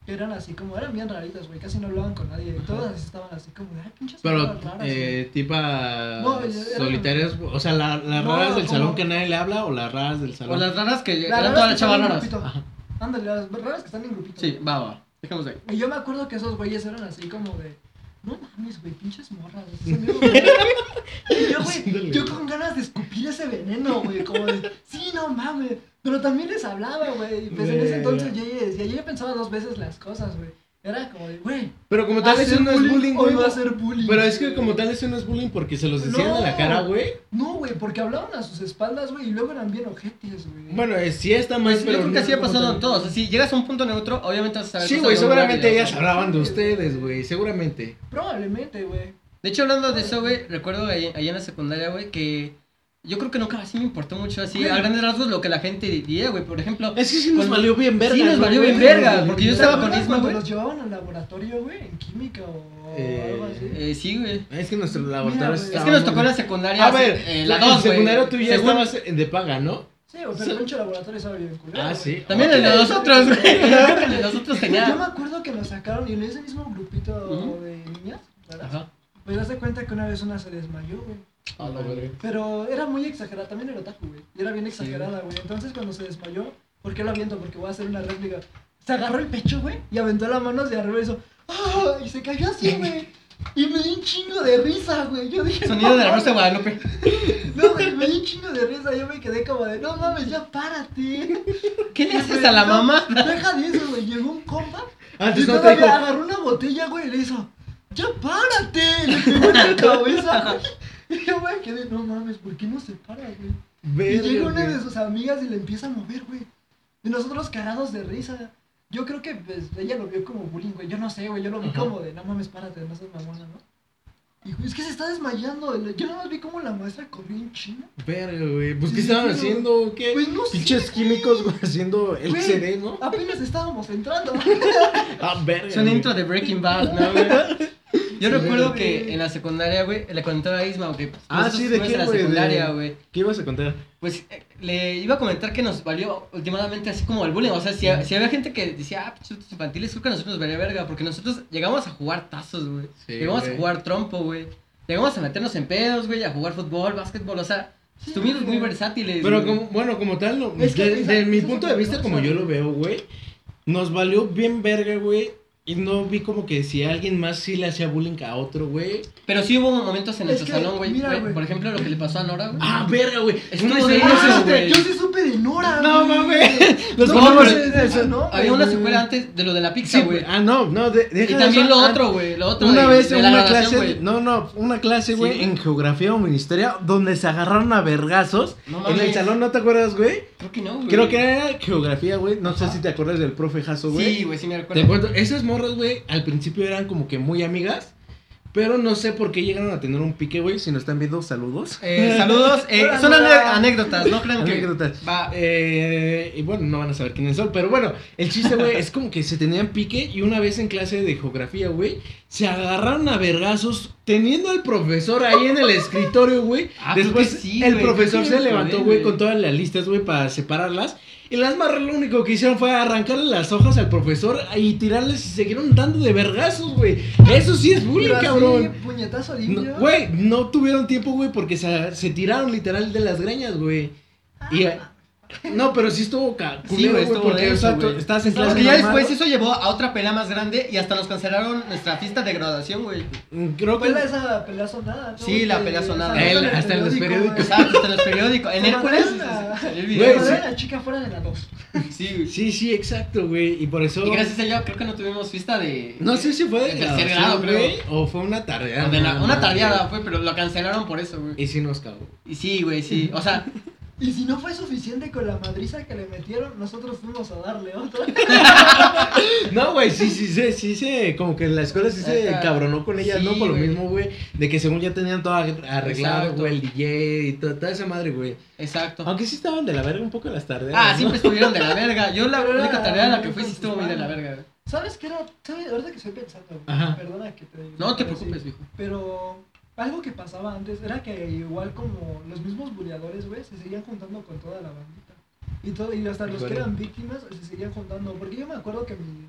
S3: que eran así como, eran bien raritas, güey, casi no hablaban con nadie. Y todas estaban así como, ay, pinches
S1: Pero,
S3: chavas raras, güey".
S1: eh, tipa
S3: No, era-
S1: solitarias, o sea, la- las
S3: No,
S1: raras del
S3: como-
S1: salón que nadie le habla o las raras del
S2: O
S1: salón.
S2: las raras que.
S3: Las
S2: eran
S3: raras
S2: todas
S3: que
S2: las chavas
S3: están en
S2: raras.
S3: grupito.
S1: Ajá.
S3: Ándale, las raras que están en grupito.
S2: Sí, va, va. Dejamos ahí.
S3: Y yo me acuerdo que esos güeyes eran así como de. No mames, güey, pinches morras. esos amigos, güey". Y yo, güey, yo con ganas de escupir ese veneno, güey, como de. Sí, no mames. Pero también les hablaba, güey. Y pues en ese
S1: Verga.
S3: entonces yo ya decía, yo ya pensaba dos veces las cosas, güey. Era como de, güey.
S1: Pero como tal,
S3: hacer
S1: eso no es bullying,
S3: hoy
S1: güey.
S3: va a ser bullying.
S1: Pero es que
S3: güey.
S1: como tal, eso no es bullying porque se los decían
S3: No.
S1: a la cara, güey.
S3: No, güey, porque hablaban a sus espaldas, güey, y luego eran bien ojetes, güey.
S1: Bueno, eh, sí está mal,
S2: Pues yo
S1: pero
S2: creo que
S1: no
S2: así ha
S1: como
S2: pasado
S1: tal.
S2: en todos. O sea, si llegas a un punto neutro, obviamente vas a saber.
S1: Sí,
S2: cosas
S1: güey,
S2: de un
S1: seguramente
S2: rápido,
S1: ellas
S2: ¿no?
S1: hablaban de ustedes, güey, seguramente.
S3: Probablemente, güey.
S2: De hecho, hablando de eso, güey, recuerdo ahí, ahí en la secundaria, güey, que yo creo que nunca así me importó mucho así
S3: Güey.
S2: a grandes rasgos lo que la gente diría, güey. Por ejemplo,
S1: Es que sí nos
S2: Con-
S1: valió bien verga.
S2: Sí, nos
S1: ¿no,
S2: valió
S1: güey?
S2: bien verga, porque yo
S3: ¿Te
S2: estaba con
S3: acuerdas
S2: Isma,
S3: cuando
S2: güey.
S3: los llevaban al laboratorio, güey, en química o
S1: Eh,
S3: algo así?
S2: eh, sí, güey. Ah,
S1: Es que nuestro
S3: Mira,
S1: laboratorio
S3: güey.
S2: Es
S1: estaba
S2: que nos
S1: muy-
S2: tocó en la secundaria.
S1: A ver,
S2: eh,
S1: la
S2: la 2,
S1: En secundario
S2: güey.
S1: tú ya
S2: Según-
S1: estabas de paga, ¿no?
S3: Sí, güey, pero
S1: Sí.
S3: el pinche laboratorio estaba bien culero.
S1: Ah,
S3: güey.
S1: sí.
S2: También el de nosotros, güey. <laughs> El de nosotros
S3: Yo me
S2: tenía.
S3: acuerdo que nos sacaron y en ese mismo grupito
S2: Ujú.
S3: de niñas, ¿verdad?
S2: Ajá.
S3: Pues das de cuenta que una vez una se desmayó, güey.
S1: A la verga.
S3: Pero era muy exagerada, también era otaku, güey. Y era bien
S2: Sí.
S3: exagerada, güey. Entonces cuando se desmayó, ¿por qué lo aviento? Porque voy a hacer una réplica. Se agarró el pecho, güey, y aventó la mano hacia arriba y hizo. ¡Ah! Y se cayó así, güey. Y me di un chingo de risa, güey. Yo dije.
S2: Sonido
S3: "No
S2: de la Rosa de
S3: mames".
S2: Guadalupe.
S3: No, güey, me di un chingo de risa. Yo me quedé como de, no mames, ya párate.
S2: ¿Qué le haces a la mamá?
S3: Deja de eso, güey. Llegó un compa
S1: Antes
S3: y
S1: no te
S3: todavía
S1: dijo.
S3: agarró una botella, güey, y le hizo. ¡Ya párate! Le pegó en la cabeza, güey. Y yo me quedé, no mames, ¿por qué no se para, güey? Y
S1: Verga,
S3: llega una
S1: güey.
S3: de sus amigas y le empieza a mover, güey. Y nosotros cagados de risa. Yo creo que pues, ella lo vio como bullying, güey. Yo no sé, güey. Yo lo vi
S2: Ajá.
S3: como de, no mames, párate, no seas mamona, ¿no? Y güey, es que se está desmayando. Yo nada más vi como la maestra corrió en chino.
S1: Verga, güey. Pues,
S3: Sí,
S1: ¿qué estaban
S3: pero-
S1: haciendo o qué?
S3: Pues no sé,
S1: Pinches químicos, güey, haciendo el
S3: Güey.
S1: CD, ¿no?
S3: Apenas estábamos entrando.
S2: <laughs>
S1: Ah, verga.
S2: Es un
S1: güey.
S2: intro de Breaking Bad, ¿no, güey? Yo
S3: Sí,
S2: recuerdo
S3: güey.
S2: que en la secundaria, güey, le contaba a Isma, que pues,
S1: <laughs> Ah,
S2: nosotros
S1: sí, ¿de
S2: fuimos
S1: qué,
S2: en la
S1: güey? De-
S2: secundaria, güey.
S1: ¿Qué ibas a contar?
S2: Pues eh, le iba a comentar que nos valió últimamente así como el bullying. O sea, si, si había gente que decía, ah, pichutos infantiles, creo que a nosotros nos valía verga. Porque nosotros llegamos a jugar tazos, güey.
S1: Sí,
S2: llegamos
S1: güey.
S2: a jugar trompo, güey. Llegamos a meternos en pedos, güey, a jugar fútbol, básquetbol. O sea, estuvimos muy versátiles.
S1: Pero
S2: güey.
S1: como, bueno, como tal, no,
S3: Es que
S1: desde
S3: esa-
S1: mi
S3: esa es
S1: punto de
S3: otra
S1: vista, como
S3: cosa,
S1: yo lo
S3: güey.
S1: veo, güey, nos valió bien verga, güey. Y no vi como que si alguien más sí le hacía bullying a otro, güey.
S2: Pero sí hubo momentos en
S3: Es
S2: nuestro
S3: que,
S2: salón, güey.
S3: mira,
S2: güey,
S3: güey.
S2: Por ejemplo, lo que le pasó a Nora, güey.
S1: Ah, verga, güey.
S2: Estuve
S1: Uno de
S2: ahí,
S1: esos,
S3: Ah,
S2: ese, güey.
S3: Yo sí supe de Nora,
S1: No
S3: güey.
S1: mames. Los
S3: No,
S1: no,
S3: pero-
S1: de pues, eso,
S3: ah,
S1: ¿no?
S2: Había una
S3: güey.
S2: secuela antes de lo de la pizza,
S1: Sí,
S2: güey.
S1: güey. Ah, no, no, de, deja
S2: y
S1: de
S2: también
S1: eso.
S2: lo
S1: Ah,
S2: otro, güey. Lo otro.
S1: Una
S2: de-
S1: vez
S2: de
S1: en
S2: la
S1: una
S2: graduación,
S1: clase,
S2: güey.
S1: no, no, una clase,
S2: Sí,
S1: güey,
S2: güey.
S1: en geografía o ministeria, donde se agarraron a vergazos.
S2: No
S1: en el
S2: mames.
S1: salón, ¿no te acuerdas, güey?
S2: Creo que no, güey.
S1: Creo que era geografía, güey. No sé
S2: Ajá.
S1: si te acuerdas del profe Jaso, güey.
S2: Sí, güey, sí me recuerdo.
S1: Te cuento, esas morras, güey, al principio eran como que muy amigas, pero no sé por qué llegaron a tener un pique, güey. Si nos están viendo, saludos. <laughs>
S2: Eh, saludos. Eh,
S3: Hola,
S2: son
S3: Nora.
S2: ane- anécdotas, no crean que.
S1: Anécdotas.
S2: Va.
S1: Eh, y bueno, no van a saber quiénes son, pero bueno, el chiste, güey, es como que se tenían pique y una vez en clase de geografía, güey, se agarraron a vergazos teniendo al profesor ahí en el escritorio, güey.
S2: Ah, creo
S1: Después
S2: que sí,
S1: el
S2: güey,
S1: profesor
S2: creo que
S1: se
S2: me
S1: levantó,
S2: acordé,
S1: güey, con todas las listas, güey, para separarlas. Y las marras lo único que hicieron fue arrancarle las hojas al profesor y tirarles y siguieron dando de vergazos, güey. Eso sí es <laughs> bullying,
S3: Pero así,
S1: cabrón.
S3: puñetazo al
S1: No,
S3: indio.
S1: Güey, no tuvieron tiempo, güey, porque se, se tiraron literal de las greñas, güey. Y, no, pero sí estuvo ca-
S2: Ah. Sí,
S1: culero,
S2: güey,
S1: güey,
S2: estuvo
S1: porque
S2: denso,
S1: o sea, tú
S2: güey.
S1: estás en
S3: No,
S1: clase
S2: Porque ya
S1: normal,
S2: después eso llevó a otra pelea más grande y hasta nos cancelaron nuestra fiesta de graduación, güey.
S1: Mm, Creo que
S3: Fue la- esa pelea sonada. ¿no?
S2: Sí, la
S3: Que
S2: pelea sonada.
S3: salió
S1: Él, hasta en los
S3: güey.
S1: periódicos. Ah,
S2: Exacto, hasta en los periódicos. En
S3: Se
S2: Hércules.
S3: mandaron a-
S2: salió el
S1: Güey,
S2: video,
S3: Pero
S1: sí.
S3: era la chica fuera de la dos.
S2: güey. Sí, güey.
S1: Sí, sí, exacto, güey, y por eso
S2: Y gracias a ella creo que no tuvimos fiesta de.
S1: No sé si fue de
S2: de tercer
S1: graduación,
S2: grado, creo.
S1: güey, o fue una tardeada.
S2: o de la-
S1: nada
S2: una
S1: más,
S2: tardeada fue, pero lo cancelaron por eso,
S1: güey.
S2: güey.
S1: Y sí nos cagó.
S2: Y sí, güey, sí.
S1: <laughs>
S2: O sea,
S3: Y si no fue suficiente con la madriza que le metieron, nosotros fuimos a darle otra.
S1: No, güey, sí, sí, sí, sí, sí, como que en la escuela sí se
S2: Ajá.
S1: cabronó con ella,
S2: Sí,
S1: ¿no? Por lo
S2: güey.
S1: mismo, güey, de que según ya tenían todo arreglado,
S2: Exacto.
S1: güey, el DJ y to- toda esa madre, güey.
S2: exacto.
S1: Aunque sí estaban de la verga un poco las tardeadas,
S2: Ah,
S1: ¿no?
S2: siempre estuvieron de la verga. Yo la <laughs>
S3: Pero era-
S2: única tarea en la que fui sí estuvo muy de la verga. güey.
S3: ¿Sabes qué era? ¿Sabes? Ahorita que estoy pensando, güey,
S1: Ajá.
S3: perdona que te diga.
S2: No te preocupes, mijo.
S3: Pero algo que pasaba antes era que igual como los mismos buleadores, güey, se seguían juntando con toda la bandita. Y, todo, y hasta los que
S1: Híjole.
S3: eran víctimas se seguían juntando. Porque yo me acuerdo que mi,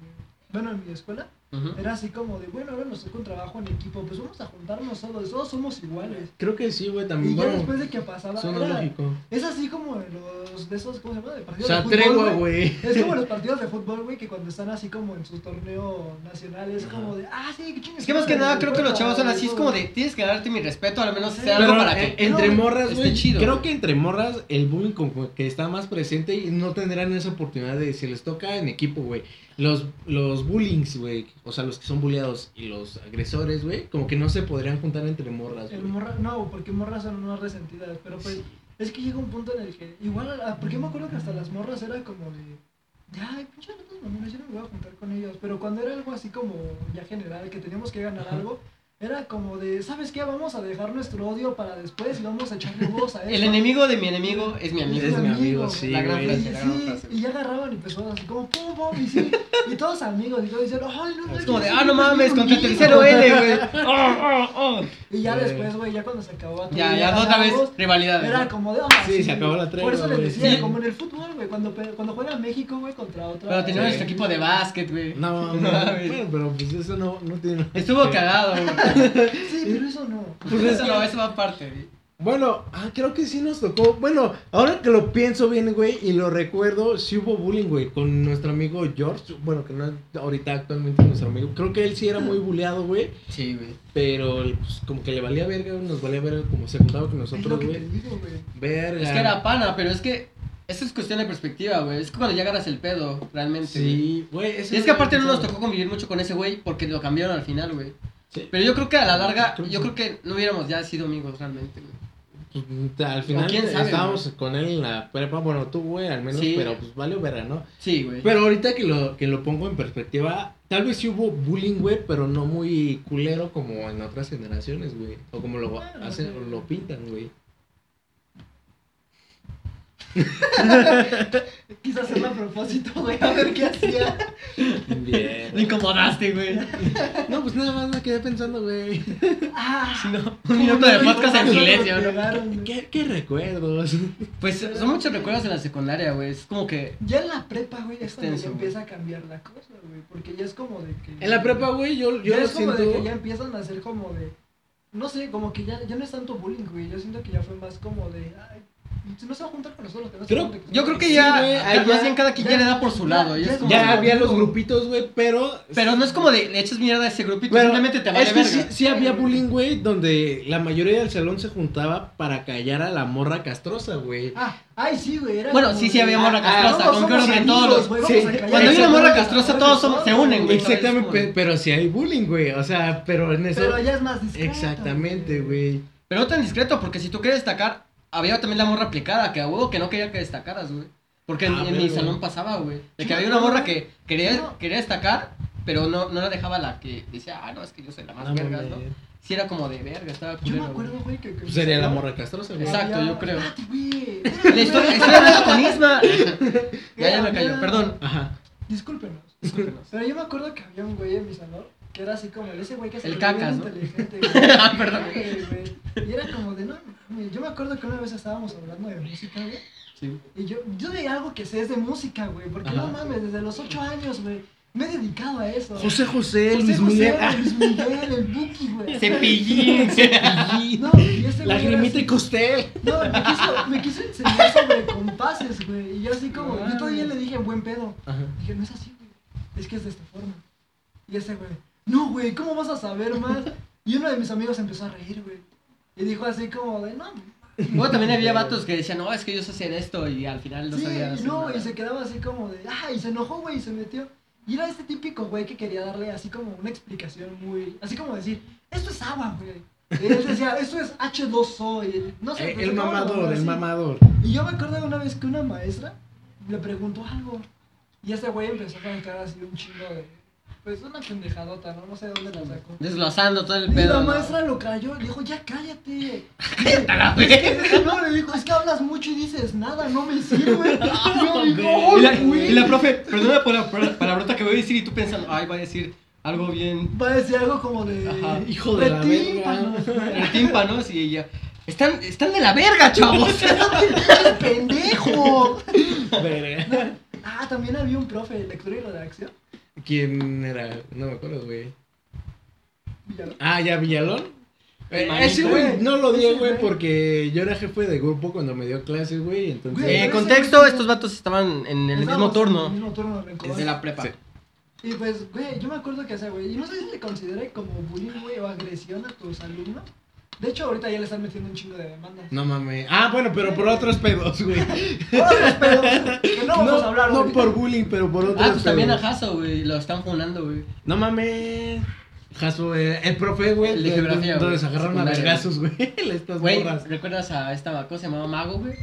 S3: bueno, en mi escuela
S2: Ujú.
S3: era así como de, bueno, ahora nos toca un trabajo en equipo, pues vamos a juntarnos todos, todos somos iguales.
S1: Creo que sí, güey,
S3: Y
S1: también,
S3: ya
S1: bueno,
S3: después de que pasaba,
S1: suena
S3: era-
S1: lógico.
S3: es así como de los de esos, ¿cómo se llama? De
S1: O
S3: partidos de
S1: sea,
S3: fútbol,
S1: tregua,
S3: güey.
S1: güey.
S3: Es como los partidos de fútbol, güey, que cuando están así como en su torneo nacional, es
S1: Ajá.
S3: como de, ah, sí, qué chingas.
S2: Es que más que nada creo que los chavos son así, es como de tienes que darte mi respeto, al menos sea
S1: <laughs>
S2: algo
S1: Pero
S2: para
S1: eh,
S2: que.
S1: entre
S3: no,
S1: morras,
S2: esté
S1: güey,
S2: chido,
S1: creo
S2: güey.
S1: que entre morras el bullying como que está más presente y no tendrán esa oportunidad de si les toca en equipo, güey. Los, los bullings, güey, o sea, los que son bulleados y los agresores, güey, como que no se podrían juntar entre morras,
S3: El
S1: güey.
S3: morra- no, porque morras son más resentidas, pero pues es que llega un punto en el que igual, ah, porque me acuerdo que hasta las morras era como de, ya, ay, pinche ratas mamonas, yo no me voy a juntar con ellos, pero cuando era algo así como ya general, que teníamos que ganar
S1: Ajá.
S3: algo, era como de, ¿sabes qué? Vamos a dejar nuestro odio para después y vamos a echarle voz a eso.
S2: El enemigo de mi enemigo es mi amigo.
S1: Es mi amigo, sí,
S2: La gran
S1: güey.
S2: frase,
S3: Y
S2: la gran
S3: sí,
S2: frase.
S3: y ya agarraban y empezaban así como pum pum y sí, y todos amigos y todos dicen, ay no,
S2: Es
S3: mames,
S2: como de,
S3: ese
S2: ah, no
S3: güey es
S2: mames,
S3: mi
S2: contra el
S3: amigo".
S2: tercero L, güey. Oh, oh, oh.
S3: Y ya
S1: Eh.
S3: después, güey, ya cuando se acabó todo,
S2: Ya, ya, otra vez,
S3: ganamos,
S2: rivalidad.
S3: Era
S2: ¿no?
S3: como de, ah,
S1: Sí, se acabó la tregua,
S3: Por eso les
S1: güey.
S3: decía,
S2: Sí.
S3: como en el fútbol, güey, cuando, pe- cuando juega México, güey, contra otra.
S2: Pero tenía
S1: Sí.
S2: nuestro equipo de básquet, güey.
S3: <laughs>
S1: No, no,
S2: No mames.
S1: bueno, pero pues eso no, no tiene nada
S2: Estuvo
S1: que-
S2: cagado, güey.
S3: Sí, pero eso no.
S1: Pues es
S3: <laughs>
S2: Eso
S1: que-
S2: no, eso va aparte, güey.
S1: Bueno, ah, creo que sí nos tocó. Bueno, ahora que lo pienso bien, güey, y lo recuerdo, sí hubo bullying, güey, con nuestro amigo George. Bueno, que no es ahorita actualmente nuestro amigo. Creo que él sí era muy bulleado, güey.
S2: Sí, güey.
S1: Pero pues, como que le valía verga, güey, nos valía verga como se juntaba con
S3: es lo
S1: nosotros,
S3: que te
S1: güey.
S3: digo, güey.
S1: Verga.
S2: Es que era pana, pero es que. Eso es cuestión de perspectiva, güey. Es que cuando ya agarras el pedo, realmente. güey.
S1: Sí, güey. eso
S2: Y es
S1: no
S2: que
S1: lo
S2: aparte no nos
S1: pensaba.
S2: tocó convivir mucho con ese güey porque lo cambiaron al final, güey. Pero yo creo que a la larga, yo creo que no hubiéramos ya sido amigos realmente, güey.
S1: Pues, Al final
S2: quién sabe,
S1: estábamos con él en la prepa, bueno, tú, güey, al menos,
S2: Sí.
S1: pero pues valió verga, ¿no?
S2: Sí, güey.
S1: Pero ahorita que lo, que lo pongo en perspectiva, tal vez sí hubo bullying, güey, pero no muy culero como en otras generaciones, güey. O como lo hacen, o lo pintan, güey.
S3: Quise hacerlo a propósito, güey, a ver qué hacía.
S2: Lo
S1: Bien.
S2: incomodaste, güey.
S1: No, pues nada más me quedé pensando, güey.
S3: Ah,
S2: Si no, un minuto de
S3: Uy,
S2: podcast en
S3: nosotros
S2: silencio, ¿no?
S3: llegaron, güey.
S1: ¿Qué, qué recuerdos?
S2: Pues son muchos recuerdos en la secundaria, güey. Es como que.
S3: Ya en la prepa, güey, es cuando
S2: Extenso,
S3: ya empieza a cambiar la cosa, güey. Porque ya es como de que.
S1: En la prepa, güey, yo, yo
S3: ya
S1: lo
S3: es como
S1: siento.
S3: de que ya empiezan a hacer como de. No sé, como que ya, ya no es tanto bullying, güey. Yo siento que ya fue más como de. Ay, no se va a juntar con nosotros. que no se
S1: Creo-
S3: junte con
S2: Yo creo que
S1: Sí,
S2: ya.
S1: güey,
S2: ca-
S1: ahí
S2: más
S1: ya-
S2: bien cada quien ya,
S3: ya-
S2: le da por su lado. Ya,
S3: ya-
S2: es como-
S1: Ya
S3: de-
S1: había los grupitos, güey, pero.
S2: Pero no es como de le echas mierda a ese grupito,
S1: Bueno,
S2: simplemente te vale
S1: es que sí,
S2: verga.
S1: sí había bullying, güey, donde la mayoría del salón se juntaba para callar a la morra castrosa, güey.
S3: Ah, ay, sí, güey. Era
S2: Bueno,
S3: como
S2: sí, sí
S3: de,
S2: había morra
S3: ah,
S2: castrosa,
S3: todos
S2: concuerdo
S3: somos
S2: que todos
S3: amigos,
S2: los-
S3: güey,
S1: sí.
S3: vamos a callar
S2: Cuando hay
S3: a
S2: una
S3: esa
S2: morra
S3: morra,
S2: castrosa,
S3: a
S2: todos
S3: ver,
S2: somos- se unen, güey.
S1: Exactamente,
S2: es como-
S1: pe- pero sí hay bullying, güey. O sea, pero en eso.
S3: Pero ya es más discreto.
S1: Exactamente, güey.
S2: Pero no tan discreto, porque si tú quieres destacar, había también la morra aplicada, que a huevo que no quería que destacaras, güey. Porque en,
S1: Ah,
S2: en
S1: verga.
S2: mi salón pasaba, güey. De que
S3: Sí,
S2: había una morra
S3: no,
S2: que quería,
S3: no.
S2: quería destacar, pero no, no la dejaba la que decía, ah, no, es que yo soy la más
S1: No mames.
S2: vergas, ¿no? Sí era como de verga, estaba
S3: Yo
S2: culero,
S3: me
S2: güey.
S3: acuerdo, güey, que. que
S1: Pues sería la morra castrosa, güey.
S2: Exacto. yo creo.
S3: Ah, güey.
S2: La
S3: <laughs>
S2: historia, estoy hablando con Isma. ya, ya me cayó,
S3: Había-
S2: perdón.
S1: Ajá.
S3: Discúlpenos.
S2: Discúlpenos.
S3: Pero yo me acuerdo que había un güey en mi salón que era así como ese güey que se
S2: El
S3: creía bien
S2: cacas, ¿no?
S3: inteligente,
S2: <laughs> Ah, perdón.
S3: güey. Y era como de no, mames. yo me acuerdo que una vez estábamos hablando de música, güey.
S2: Sí.
S3: Y yo, yo de algo que sé es de música, güey. Porque
S1: Ajá.
S3: no mames, desde los 8 años, güey. Me he dedicado a eso.
S1: José José,
S3: José
S1: Luis
S3: José,
S1: Miguel.
S3: Luis Miguel, el Buki, güey.
S2: Cepillín.
S1: Ah,
S3: No, y ese <laughs> güey era
S1: Lagrimita
S3: así-
S1: y costel.
S3: no, me quiso, me quiso enseñar sobre compases, güey. Y yo así como,
S2: No
S3: yo todavía
S2: mames.
S3: le dije buen pedo.
S1: Ajá.
S3: Dije, no es así, güey. Es que es de esta forma. Y ese güey, no, güey, ¿cómo vas a saber más? Y uno de mis amigos empezó a reír, güey. Y dijo así como de, no,
S2: Luego también había vatos que decían, no, es que yo sé hacer esto, y al final no
S3: sí,
S2: sabía
S3: y
S2: hacer
S3: no,
S2: nada.
S3: y se quedaba así como de, ah, y se enojó, güey, y se metió. Y era este típico güey que quería darle así como una explicación muy, así como decir, esto es agua, güey. Y él decía, esto es H2O, y él- no sé.
S1: Eh,
S3: pues,
S1: El
S3: no,
S1: mamador, el
S3: así. <laughs>
S1: mamador.
S3: Y yo me acuerdo de una vez que una maestra le preguntó algo. Y ese güey empezó a contar así un chingo de. Pues una pendejadota, ¿no? No sé de dónde la sacó.
S2: Desglosando todo el
S3: Y
S2: pedo.
S3: la
S2: ¿no?
S3: maestra lo cayó, le dijo, ya cállate. <laughs>
S2: A la verga.
S3: No, le dijo, es que hablas mucho y dices nada, no me sirve.
S2: <laughs>
S3: Y yo digo,
S2: Ah, Y la,
S3: "Ay, güey".
S2: y la profe, perdona por la por la palabrota que voy a decir y tú pensando, ay, va a decir algo bien
S3: Va a decir algo como de.
S2: Ajá,
S1: hijo de la
S3: "Retímpanos". <laughs>
S2: en tímpanos y ella, están, están de la verga, <laughs> chavos.
S3: ¡Eres pendejo!
S1: Verga.
S3: Ah, también había un profe de lectura y redacción.
S1: ¿Quién era? No me acuerdo, güey.
S3: Villalobos.
S1: Ah, ya, Villalón.
S2: El
S1: Eh,
S2: manito,
S1: ese güey
S3: güey.
S1: no lo dio,
S3: Ese
S1: güey,
S3: güey.
S1: porque yo era jefe de grupo cuando me dio clases, güey. Entonces.
S3: Güey,
S2: Eh,
S3: pero
S2: contexto,
S3: ese-
S2: estos vatos estaban en el mismo
S3: Estábamos En el
S2: turno.
S3: mismo turno en
S2: Desde
S3: Cobán.
S2: la prepa.
S1: Sí.
S3: Y pues, güey, yo me acuerdo que ese güey, y no sé si le considera como bullying, güey, o agresión a tus alumnos. De hecho, ahorita ya le están metiendo un chingo de
S1: <laughs>
S3: demandas.
S1: No mames. Ah, bueno, pero por otros pedos, güey.
S3: Todos pedos que no vamos a hablar
S1: no
S3: güey.
S1: por bullying, pero por otros
S2: Ah, pues
S1: pedos.
S2: también a Jaso, güey, lo están funando, güey.
S1: No mames. Jaso, eh, el profe, güey.
S2: El de geografía, güey.
S1: Donde se agarraron a
S2: Secundaria.
S1: vergazos, güey. <laughs> Estas
S2: Güey,
S1: morras.
S2: ¿recuerdas a esta cosa llamaba Mago, güey?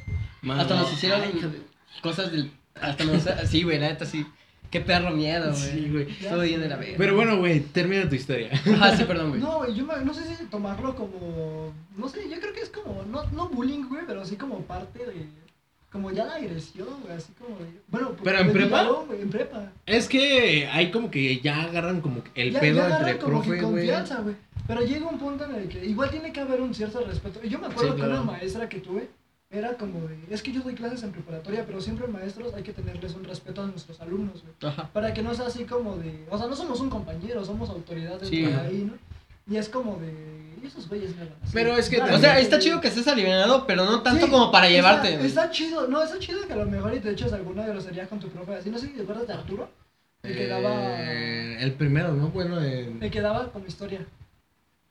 S1: Mames.
S2: Hasta nos hicieron
S1: Ay, hija de-
S2: cosas del... Hasta nos... <laughs> Sí, güey, la neta, sí. Qué perro miedo, güey.
S1: Sí, güey.
S2: Estuvo bien de la verga.
S1: Pero bueno, güey, termina tu historia.
S2: Ah, sí, perdón, güey.
S3: No, güey, yo me- no sé si tomarlo como. No sé, yo creo que es como. No, no bullying, güey, pero sí como parte de. Como ya la agresión, güey, así como de. Bueno, porque
S1: ¿Pero en
S3: me
S1: prepa?
S3: pillaron, güey, en prepa.
S1: Es que hay como que ya agarran como que el
S3: ya,
S1: pedo
S3: ya agarran
S1: entre
S3: como
S1: profe,
S3: que
S1: güey.
S3: confianza, güey. Pero llega un punto en el que igual tiene que haber un cierto respeto. Y Yo me acuerdo
S1: Sí,
S3: que
S1: claro.
S3: una maestra que tuve era como de, es que yo doy clases en preparatoria, pero siempre maestros hay que tenerles un respeto a nuestros alumnos, güey.
S2: Ajá.
S3: Para que no sea así como de, o sea, no somos un compañero, somos autoridad dentro
S2: Sí,
S3: de
S2: ajá.
S3: ahí, ¿no? Y es como de, "Y esos güeyes me van a hacer".
S1: Pero es que
S2: O
S3: Claro,
S1: también-
S2: sea,
S3: güey.
S2: está chido que estés aliviado, pero no tanto
S3: Sí,
S2: como para
S3: está-
S2: llevarte.
S3: Está,
S2: güey.
S3: chido, no, está chido que a lo mejor y te echas alguna grosería con tu profe, así, no sé si te acuerdas de Arturo, el que daba,
S2: Eh.
S1: Eh, el primero, ¿no? Bueno, en-
S3: el que daba como historia.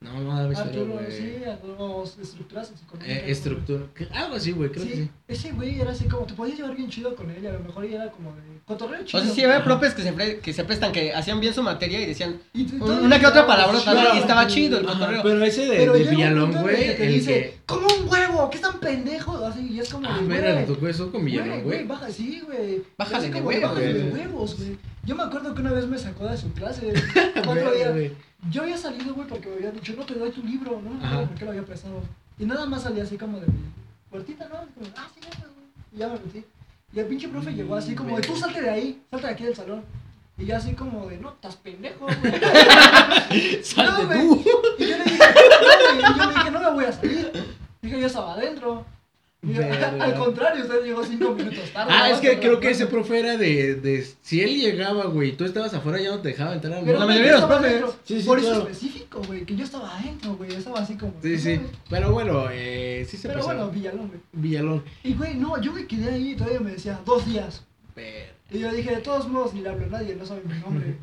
S1: No, no dame
S3: Ah,
S1: cero,
S3: tú lo-
S1: güey.
S3: sí, a los estructuras económicas.
S1: Eh, estructura. que- Algo así, güey, creo que
S3: Sí,
S1: sí.
S3: ese güey era así como, te podías llevar bien chido con él y a lo mejor ella era como de cotorreo
S2: O
S3: chido.
S2: sea, sí
S1: Ajá.
S2: había profes que se, fre- que se prestan, que hacían bien su materia y decían
S3: Y tú-
S2: un-
S3: tú-
S2: una que otra palabra
S3: estaba
S2: también y
S3: chido,
S2: estaba
S3: güey.
S2: chido el
S1: Ajá,
S2: cotorreo.
S1: pero ese de,
S3: Pero
S1: de
S3: llega un
S1: Villalón,
S3: punto en el
S1: güey,
S3: que te
S1: el
S3: dice,
S1: que.
S3: como un huevo, que están pendejos, así, y es como
S1: Ah,
S3: de,
S1: mira, le
S3: güey,
S1: tocó eso con Villalón,
S3: Güey,
S1: güey.
S3: güey, baja, sí, güey.
S2: Bájale de
S3: Así como,
S2: huevos,
S3: Bájale de
S1: güey.
S3: huevos, güey. Yo me acuerdo que una vez me sacó de su
S2: <laughs>
S3: clase. Cuatro
S1: Verga,
S3: días.
S1: güey.
S3: Yo había salido, güey, porque me había dicho, no te doy tu libro, ¿no?
S1: Ajá.
S3: No, porque lo había pensado. Y nada más salí así como de mi puertita, ¿no? Como, ah, sí, ya, güey. Y ya me metí. Y el pinche
S1: Mm,
S3: profe llegó así como de, tú salte de ahí, salte de aquí del salón. Y yo así como de, no, estás pendejo,
S1: <laughs>
S3: güey.
S1: Salte
S3: No, güey.
S1: tú.
S3: Y yo le dije, no, güey. Y yo le dije, no me voy a salir. Dije, yo estaba adentro. Y yo,
S1: Verga.
S3: <laughs> al contrario, usted llegó cinco minutos tarde.
S1: Ah, es que
S3: ¿no?
S1: creo que ese profe era de, de. Si él llegaba, güey, y tú estabas afuera, ya no te dejaba entrar al
S3: Pero
S2: La
S1: morro.
S3: güey,
S2: mayoría de
S3: yo
S2: los
S3: estaba
S2: profes.
S3: adentro.
S1: Sí, sí,
S3: Por
S1: claro.
S3: eso específico, güey, que yo estaba adentro, güey. yo Estaba así como.
S1: Sí,
S3: no
S1: sí.
S3: mames.
S1: Pero bueno, eh, sí se
S3: Pero
S1: pasó.
S3: bueno, Villalón, güey.
S1: Villalón.
S3: Y güey, no, yo me quedé ahí y todavía me decía dos días.
S1: Pero-
S3: Y yo dije, de todos modos, ni le hablo a nadie, no sabe mi
S2: <laughs>
S3: nombre.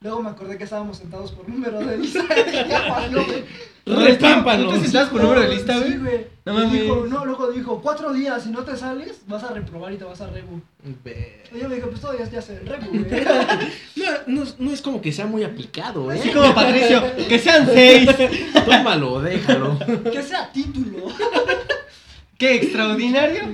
S3: Luego me acordé que estábamos sentados por número de lista. ya pasó, güey.
S2: ¿Tú te
S1: Repámpanos.
S2: sentabas por número de lista, güey?
S3: Sí, güey.
S2: No
S3: No,
S2: mames.
S3: dijo, no, loco dijo, cuatro días, si no te sales, vas a reprobar y te vas a rebu.
S1: Ver-
S3: Y yo me dije, pues todavía ya se rebu, güey.
S2: <laughs>
S1: No, no, no es como que sea muy aplicado, ¿eh?
S2: Así como Patricio, que sean seis.
S1: Tómalo, déjalo.
S3: que sea título.
S2: ¡Qué extraordinario!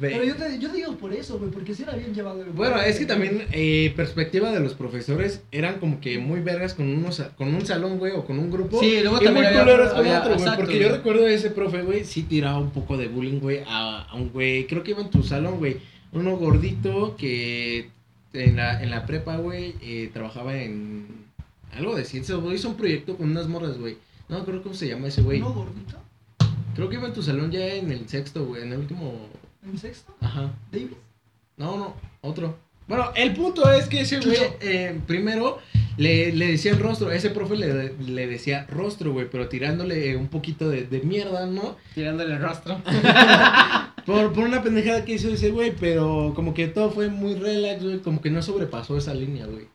S3: Pero yo te, yo te digo por eso, güey, porque si era bien llevado. el
S1: Bueno,
S3: güey.
S1: es que también eh, perspectiva de los profesores eran como que muy vergas con unos con un salón, güey, o con un grupo.
S2: Sí, luego
S1: y muy
S2: también había-
S1: culeros con
S2: había-
S1: otro, güey,
S2: exacto,
S1: porque yo
S2: güey.
S1: recuerdo ese profe, güey, sí tiraba un poco de bullying, güey, a, a un güey, creo que iba en tu salón, güey, uno gordito que en la, en la prepa, güey, eh, trabajaba en algo de ciencia, güey, hizo un proyecto con unas morras, güey. No me acuerdo cómo se llama ese güey.
S3: ¿No gordito?
S1: Creo que iba en tu salón ya en el sexto, güey, en el último.
S3: ¿En sexto?
S1: Ajá.
S3: ¿Davis?
S1: No, no, otro. Bueno, el punto es que ese güey,
S3: Chucho.
S1: eh, primero le, le decía el rostro, ese profe le, le decía rostro, güey, pero tirándole un poquito de, de mierda, ¿no?
S2: Tirándole el rostro.
S1: Por, por una pendejada que hizo ese güey, pero como que todo fue muy relax, güey, como que no sobrepasó esa línea, güey.
S3: Bueno,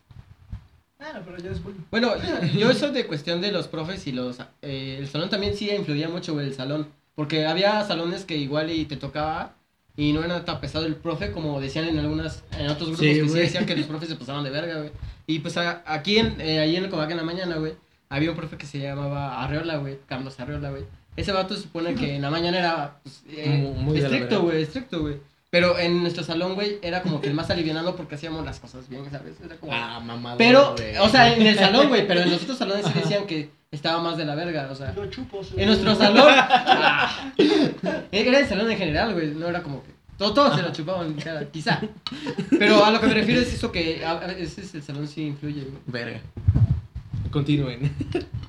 S3: Ah, pero ya después.
S2: Bueno, yo eso de cuestión de los profes y los... eh, el salón también sí influía mucho, güey, el salón. Porque había salones que igual y te tocaba y no era tan pesado el profe como decían en algunas... En otros grupos
S1: Sí,
S2: que sí
S1: güey.
S2: decían que los profes se pasaban de verga, güey. Y pues a- aquí, en, eh, ahí en el Cobac en la mañana, güey, había un profe que se llamaba Arreola, güey. Carlos Arreola, güey. Ese vato se supone que en la mañana era pues, eh,
S1: Mu- muy de la verga.
S2: estricto, güey, estricto, güey. Pero en nuestro salón, güey, era como que el más alivianado porque hacíamos las cosas bien, ¿sabes? Era como...
S1: Ah, mamá.
S2: Pero, o sea, en el salón, güey, pero en <laughs> los otros salones sí decían que estaba más de la verga, o sea.
S3: Lo chupo.
S2: Ah. En nuestro salón. <laughs> ah, era el salón en general, güey, no era como que. Todo, todos se lo chupaban, en cara, quizá. Pero a lo que me refiero es eso que. a- a- ese es el salón sí influye, güey.
S1: Verga.
S4: <laughs>
S1: Continúen.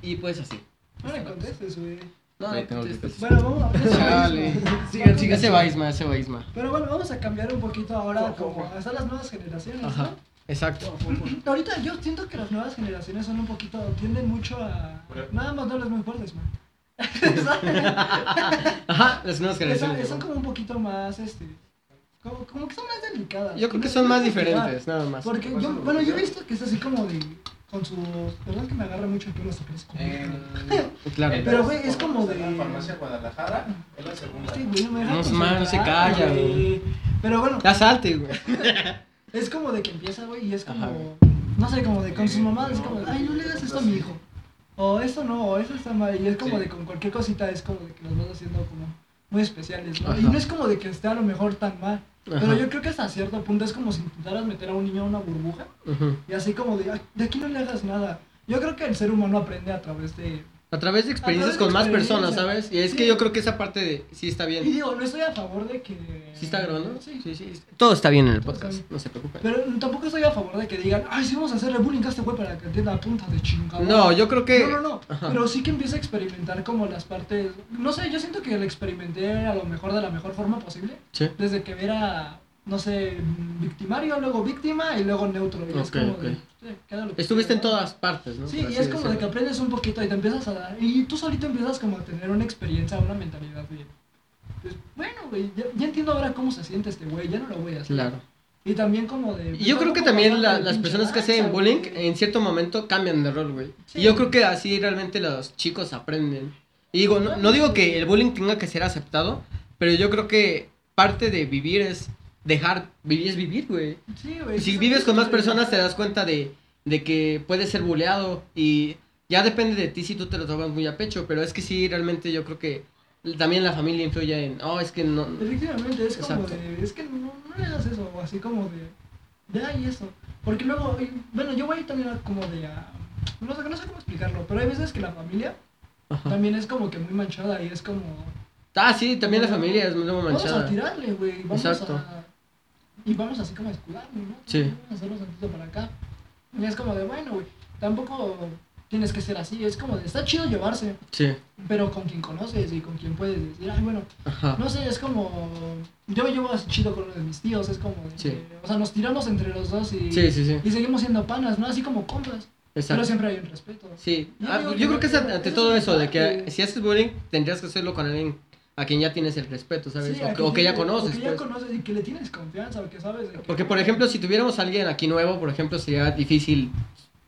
S2: Y pues así.
S3: No le contestes, güey.
S2: No,
S1: Ahí tengo que
S2: entonces, pues,
S3: Bueno, vamos a ver. si
S2: Chale.
S3: vamos-
S1: Sigan,
S2: pues,
S1: sigan.
S2: Ese va Isma, ese va Isma.
S3: Pero bueno, vamos a cambiar un poquito ahora,
S2: Ojo, ojo.
S3: como hasta las nuevas generaciones,
S1: Ajá.
S3: ¿no?
S2: Exacto.
S3: Ahorita yo siento que las nuevas generaciones son un poquito, tienden mucho a... Nada más no <laughs> las muy
S2: <laughs>
S3: fuertes, man.
S2: Ajá, las nuevas
S3: Esa-
S2: generaciones.
S3: son
S2: güey.
S3: como un poquito más, este... Como, como que son más delicadas.
S2: Yo creo que son más diferentes, nada más.
S3: Porque yo, bueno, yo he visto que es así como de... Con sus... Perdón que me agarra mucho el pelo hasta que les como-
S2: Eh,
S3: <laughs>
S2: Claro.
S3: Pero, güey, es como de-
S4: En la farmacia Guadalajara, es la segunda.
S3: Este güey me deja
S2: No, man, no se
S3: concentrar,
S2: calla,
S3: Pero bueno,
S2: Ya salte, güey.
S3: es como de que empieza, güey, y es como...
S2: Ajá, güey.
S3: no sé, como de con sus mamás, es como... Ay, no le hagas esto a mi hijo. O esto no, o esto está mal. Y es como
S4: Sí.
S3: de con cualquier cosita, es como de que los vas haciendo como muy especiales, ¿no?
S2: Ajá.
S3: Y no es como de que esté a lo mejor tan mal. Pero
S2: Ajá.
S3: yo creo que hasta cierto punto es como si intentaras meter a un niño a una burbuja.
S2: Ujú.
S3: Y así como de, "Ay, de aquí no le hagas nada. Yo creo que el ser humano aprende a través de...
S2: A través de experiencias
S3: A través de
S2: con más
S3: experiencia.
S2: personas, ¿sabes? Y es que
S3: Sí.
S2: yo creo que esa parte de sí está
S3: Y
S2: bien.
S3: digo, no estoy a favor de que...
S2: ¿Sí está grabando?
S3: Sí.
S2: sí, Todo está bien en el
S3: Todo
S2: podcast,
S3: está bien.
S2: no se preocupen.
S3: Pero tampoco estoy a favor de que digan, ay, sí vamos a hacerle bullying a este güey para que entienda a punta de chingada.
S2: No, yo creo que
S3: No, no, no.
S2: Ajá.
S3: Pero sí que empieza a experimentar como las partes. No sé, yo siento que lo experimenté a lo mejor de la mejor forma posible.
S2: Sí.
S3: Desde que era, no sé, victimario, luego víctima y luego neutro. Y es
S2: Ok,
S3: como
S2: ok.
S3: de, "Eh, queda lo que
S2: estuviste
S3: queda".
S2: en todas partes, ¿no?
S3: Sí,
S2: Por
S3: y
S2: así
S3: es como de que
S2: decirlo.
S3: aprendes un poquito y te empiezas a dar. Y tú solito empiezas como a tener una experiencia, una mentalidad de. pues, bueno, güey, ya, ya entiendo ahora cómo se siente este güey, ya no lo voy a hacer.
S2: Claro.
S3: Y también como de...
S2: Y yo creo que también la- las personas que hacen bullying en cierto momento cambian de rol, güey.
S3: Sí.
S2: Y yo creo que así realmente los chicos aprenden. Y digo, no, no digo que el bullying tenga que ser aceptado, pero yo creo que parte de vivir es dejar, vivir es vivir, güey.
S3: Sí, güey.
S2: Si
S3: sí,
S2: vives
S3: sí,
S2: con más
S3: sí,
S2: personas
S3: sí.
S2: te das cuenta de, de que puedes ser buleado y ya depende de ti si tú te lo tomas muy a pecho, pero es que sí, realmente yo creo que también la familia influye en, oh, es que no...
S3: Efectivamente, es como
S2: Exacto.
S3: de... Es que no, no le hagas eso, o así como de... De ahí eso. Porque luego... y- Bueno, yo voy también a como de... a- no, sé, no sé cómo explicarlo, pero hay veces que la familia
S2: Ajá.
S3: también es como que muy manchada y es como...
S2: Ah, sí, también la familia es muy
S3: Vamos a
S2: manchada.
S3: tirarle, güey. Vamos
S2: Exacto.
S3: a... Y vamos así como a escudarnos, ¿no?
S2: Sí.
S3: Vamos a hacerlo tantito para acá. Y es como de, bueno, güey, tampoco tienes que ser así. Es como de, está chido llevarse,
S2: Sí,
S3: pero con quien conoces y con quien puedes decir, ay, bueno,
S2: ajá.
S3: no sé, es como... Yo me llevo así chido con uno de mis tíos, es como... de-
S2: Sí.
S3: O sea, nos tiramos entre los dos y...
S2: Sí, sí, sí.
S3: Y seguimos siendo panas, ¿no? Así como compas. Pero
S2: Exacto.
S3: siempre hay un respeto.
S2: Sí,
S3: Yo
S2: Ah,
S3: digo que
S2: yo creo que es
S3: no-
S2: ante ante
S3: eso
S2: todo
S3: es
S2: eso, de que
S3: importante.
S2: si haces bullying, tendrías que hacerlo con alguien a quien ya tienes el respeto, ¿sabes?
S3: Sí,
S2: o,
S3: a
S2: que, o que
S3: ti-
S2: ya conoces.
S3: O que ya
S2: pues.
S3: conoces y que le tienes confianza, o que sabes... de que-
S2: Porque, por ejemplo, si tuviéramos a alguien aquí nuevo, por ejemplo, sería difícil.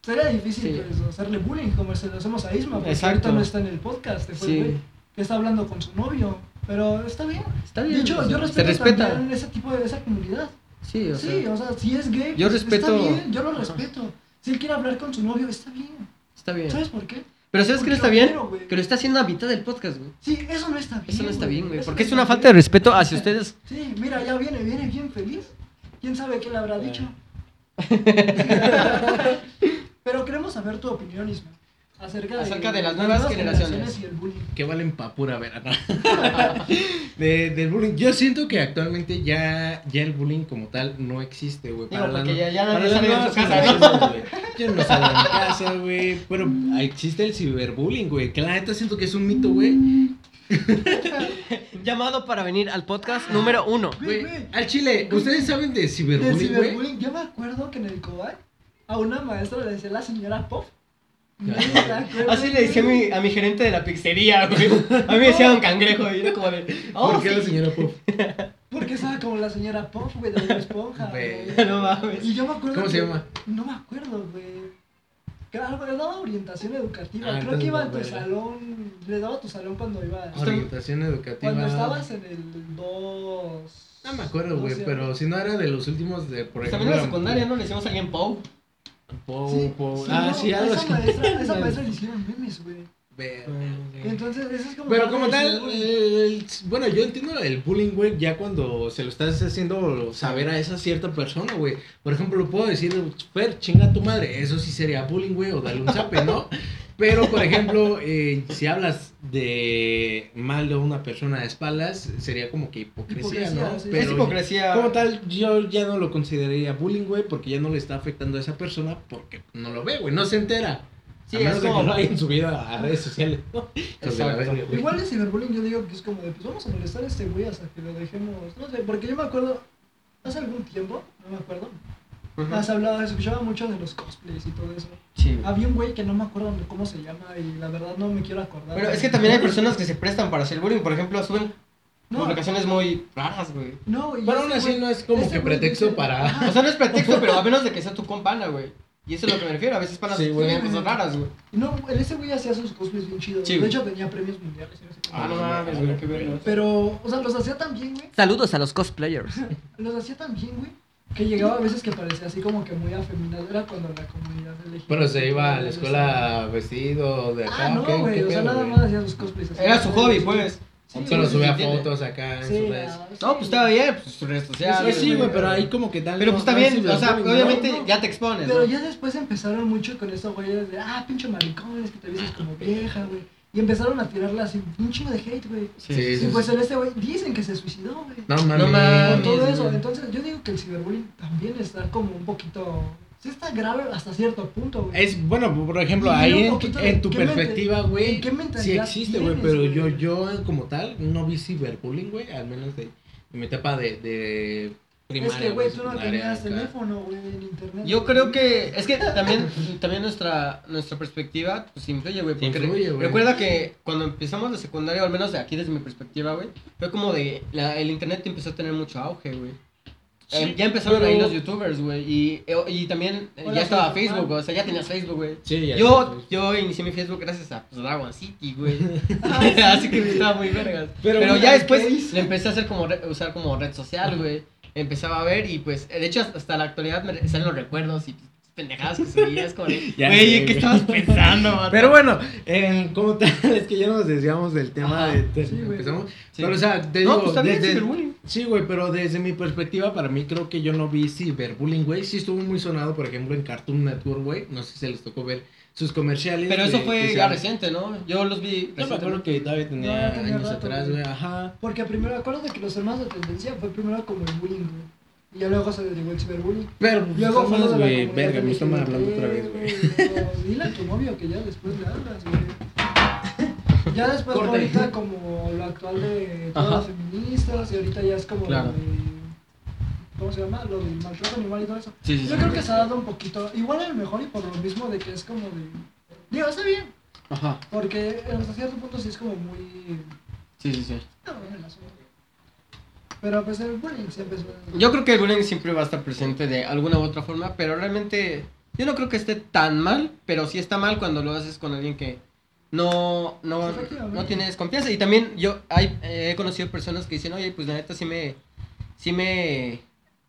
S3: Sería difícil
S2: Sí.
S3: pues, hacerle bullying como se lo hacemos a Isma, porque
S2: Exacto.
S3: ahorita no está en el podcast, se fue el
S2: Sí.
S3: güey, que está hablando con su novio, pero está bien.
S2: Está bien.
S3: De hecho,
S2: o sea,
S3: yo
S2: se
S3: respeto
S2: respeta.
S3: también ese tipo de esa comunidad.
S2: Sí, o sea.
S3: sí, o sea, si es gay,
S2: yo
S3: pues,
S2: respeto-
S3: está bien, yo lo
S2: Ajá.
S3: respeto. Si él quiere hablar con su novio, está bien.
S2: Está bien.
S3: ¿Sabes por qué?
S2: Pero ¿sabes
S3: Porque
S2: qué no está
S3: lo
S2: bien?
S3: quiero, güey.
S2: que lo está haciendo a mitad del podcast, güey.
S3: Sí, eso no está bien.
S2: Eso no está bien, güey.
S3: Eso
S2: Porque
S3: no
S2: es una
S3: está
S2: falta de
S3: bien.
S2: respeto hacia ustedes.
S3: Sí, mira, ya viene, viene bien feliz. ¿Quién sabe qué le
S2: Eh.
S3: habrá
S2: <laughs>
S3: dicho? Pero queremos saber tu opinión, Isma. Acerca,
S2: Acerca de las nuevas generaciones.
S3: y el bullying.
S1: que valen pa' pura verga. <laughs> De, del bullying. Yo siento que actualmente ya, ya el bullying como tal no existe, güey.
S2: Digo,
S1: la
S2: porque
S1: nu-
S2: ya- ya
S1: para
S2: nadie
S1: las
S2: sale de
S1: nuevas
S2: su casa,
S1: generaciones, güey. Ya no sale de mi casa, güey. Pero existe el ciberbullying, güey. Que la neta siento que es un mito, güey.
S2: Llamado para venir al podcast número uno.
S1: Güey,
S3: güey.
S1: Al chile, ¿ustedes saben de
S3: Del
S1: ciberbullying, güey?
S3: ciberbullying, yo me acuerdo que en el COBAC a una maestra le decía la señora Pop. <laughs>
S1: Ya.
S3: Nadie se acuerda.
S2: Así le decía a mi, a mi gerente de la pizzería, güey. A mí me decía don cangrejo, y era como de. Oh,
S1: ¿Por qué
S2: sí.
S1: la señora
S2: <laughs>
S1: Puff?
S3: Porque estaba como la señora Pop, güey, de la esponja.
S1: <laughs> Güey.
S3: güey.
S2: No mames.
S3: Y yo me acuerdo.
S1: ¿Cómo se
S3: que-
S1: llama?
S3: No me acuerdo, güey. Que algo- le daba orientación educativa.
S1: Ah,
S3: Creo
S1: entonces
S3: que iba
S1: no,
S3: a tu
S1: verga.
S3: salón. Le daba a tu salón cuando iba.
S1: Orientación educativa.
S3: Cuando estabas en el 2.
S1: No me acuerdo, güey, pero si no era de los últimos de por
S2: Pues también en la
S1: ejemplo,
S2: secundaria, ¿no? Le decíamos a alguien Pau.
S1: Po,
S3: Sí,
S1: po-
S3: sí,
S1: ah,
S3: no,
S1: sí, algo
S3: esa
S1: así. <laughs>
S3: maestra, esa maestra le hicieron memes, güey.
S1: Verga.
S3: Entonces, eso es como.
S1: Pero
S3: parte
S1: como
S3: del
S1: tal, eh,
S3: ciberbullying.
S1: el- bueno, yo entiendo el bullying, güey, ya cuando se lo estás haciendo saber a esa cierta persona, güey. Por ejemplo, lo puedo decir, Fer, chinga tu madre, eso sí sería bullying, güey, o dale un zape, ¿no? Pero, por ejemplo, eh, si hablas de mal de una persona de espaldas, sería como que hipocresía,
S3: Hipocresía,
S1: ¿no?
S2: Es
S3: sí.
S1: Pero
S2: hipocresía.
S1: como tal, yo ya no lo consideraría bullying, güey, porque ya no le está afectando a esa persona porque no lo ve, güey, no se entera.
S2: Sí,
S1: a menos
S2: es
S1: de que
S2: como-
S1: lo hayan subido a redes sociales. ¿no? Hijos de la
S2: Exacto.
S1: verga, güey.
S3: Igual el ciberbullying yo digo que es como de, pues vamos a molestar a este güey hasta que lo dejemos. No sé, porque yo me acuerdo, hace algún tiempo, no me acuerdo,
S2: Ujú.
S3: has hablado, se escuchaba mucho de los cosplays y todo eso.
S2: Sí, güey.
S3: Había un güey que no me acuerdo de cómo se llama y la verdad no me quiero acordar.
S2: Pero es que también hay personas que se prestan para hacer bullying. Por ejemplo, suben
S3: No,
S2: publicaciones muy raras, güey.
S3: no, güey.
S1: Pero
S3: ese
S1: aún así
S3: güey-
S1: no es como
S3: ese
S1: que
S3: güey
S1: pretexto
S3: dice- "Ah,
S1: para...
S2: O sea, no es pretexto, pero a menos de que sea tu compana, güey. Y eso es lo que me refiero. A veces panas
S1: Sí,
S2: sí,
S1: güey.
S2: cosas raras, güey.
S3: No, el- ese güey hacía sus cosplays bien chidos.
S2: Sí,
S3: de
S2: güey.
S3: hecho, tenía premios mundiales. y no sé qué.
S2: Ah, no mames, güey, qué verga.
S3: Pero, o sea, los hacía tan bien, güey.
S2: Saludos a los cosplayers.
S3: <laughs> Los hacía tan bien, güey. Que llegaba a veces que parecía así como que muy afeminado. Era cuando la comunidad LGBT.
S1: <laughs> Pero se iba a la escuela vestido de acá.
S3: Ah, no,
S1: ¿qué-
S3: güey.
S1: qué
S3: O sea,
S1: pedo,
S3: nada
S1: güey?
S3: más hacía sus cosplays. así.
S2: Era su hobby, pues.
S3: Sí,
S1: Solo
S2: sube
S3: güey,
S1: subía
S2: sí, sí,
S1: fotos acá en
S3: sí,
S1: sus
S3: la-
S1: redes.
S2: No, pues estaba bien, pues sus redes sociales.
S1: Pues sí, güey,
S3: güey.
S1: pero ahí como que tal.
S2: Pero
S1: no-
S2: pues está
S1: no
S2: bien,
S1: sirve
S2: o sea,
S1: bullying, ¿no?
S2: obviamente
S3: No, no.
S2: ya te expones,
S3: Pero
S2: ¿no?
S3: ya después empezaron mucho con esos güeyes de, ah, pinche maricones, que te vistes como vieja, güey. Y empezaron a tirarle así un chingo de hate, güey.
S1: Sí, sí, eh,
S3: Y pues en este güey dicen que se suicidó, güey.
S1: No mames.
S2: No
S3: Por
S2: mames.
S3: todo eso,
S2: güey.
S3: entonces yo digo que el ciberbullying también está como un poquito. Sí, está grave hasta cierto punto, güey.
S1: Es, bueno, por ejemplo,
S3: Y
S1: ahí
S3: un
S1: en tu,
S3: poquito de
S1: en tu
S3: qué
S1: perspectiva,
S3: mente-
S1: güey,
S3: en qué mentalidad
S1: sí existe, güey,
S3: tienes,
S1: pero
S3: güey.
S1: yo, yo como tal no vi ciberbullying, güey, al menos de, de mi etapa de, de primaria.
S3: es que, güey, tú no
S1: secundaria,
S3: tenías
S1: acá.
S3: teléfono, güey, en internet.
S2: Yo
S3: güey.
S2: creo que es que también, también nuestra, nuestra perspectiva pues influye, güey.
S1: Sí,
S2: porque
S1: influye, güey.
S2: Recuerda que cuando empezamos la secundaria, o al menos de aquí desde mi perspectiva, güey, fue como de la- el internet empezó a tener mucho auge, güey. Eh,
S3: Sí,
S2: ya empezaron
S1: pero-
S2: ahí los youtubers, güey. Y, y también eh,
S3: Hola,
S2: ya estaba
S3: soy
S2: Facebook,
S3: Juan.
S2: güey, o sea, ya tenías Facebook, güey.
S1: Sí, ya
S2: Yo,
S1: sé.
S2: yo inicié mi Facebook gracias a pues, Dragon City,
S1: <laughs>
S2: güey. <laughs> Así que estaba muy vergas.
S1: Pero
S2: Pero,
S1: mira,
S2: ya
S1: ¿qué
S2: después
S1: hizo?
S2: le empecé a hacer como re- usar como red social, güey. Empezaba a ver y pues, de hecho, hasta la actualidad me salen los recuerdos y pues, pendejadas que subías con
S1: <laughs> Ya
S2: Güey,
S1: sé,
S2: ¿en ¿qué
S1: güey.
S2: estabas pensando, vato?
S1: Pero bueno, eh, como tal, <laughs> es que ya nos desviamos del tema
S2: Ajá,
S1: de... de-
S3: sí, güey.
S1: empezamos.
S2: Sí.
S1: Pero, o sea, te
S2: No,
S1: digo,
S2: pues está bien,
S1: desde-
S2: ciberbullying.
S1: Sí, güey, pero desde mi perspectiva, para mí creo que yo no vi ciberbullying, güey. Sí estuvo muy sonado, por ejemplo, en Cartoon Network, güey. No sé si se les tocó ver sus comerciales.
S2: Pero eso
S1: de-
S2: fue
S1: que
S2: ya
S1: se-
S2: reciente, ¿no? Yo los vi
S1: Yo me
S2: recientemente.
S1: acuerdo que todavía
S3: No,
S1: tenía
S3: ya tenía
S1: años
S3: rato,
S1: atrás,
S3: güey.
S1: güey. Ajá.
S3: Porque primero acuérdate que los hermanos de tendencia fue primero como el bullying, güey. Y ya luego se derivó el ciberbullying.
S1: Pero,
S3: Luego fue lo
S1: vámonos,
S3: de la
S1: güey.
S3: comunidad
S1: Verga, me están
S3: LGBT,
S1: hablando otra vez, güey.
S3: güey. Dile a tu novio que ya después le hablas, güey. Ya después
S1: Corte.
S3: ahorita como lo actual de todas
S2: Ajá.
S3: las feministas y ahorita ya es como
S2: Claro.
S3: lo de- ¿Cómo se llama? Lo del maltrato animal y todo eso.
S2: Sí, sí,
S3: Yo
S2: sí.
S3: creo que se ha dado un poquito, igual a lo mejor y por lo mismo de que es como de... Digo, está bien,
S2: Ajá.
S3: porque hasta cierto punto sí es como muy...
S2: Sí, sí, sí.
S3: No, no el asunto. Pero pues el bullying siempre es...
S2: Yo creo que el bullying siempre va a estar presente de alguna u otra forma, pero realmente yo no creo que esté tan mal, pero sí está mal cuando lo haces con alguien que no, no,
S3: Efectivamente.
S2: no tienes confianza. Y también yo hay, eh, he conocido personas que dicen, oye, pues la neta sí me, sí me,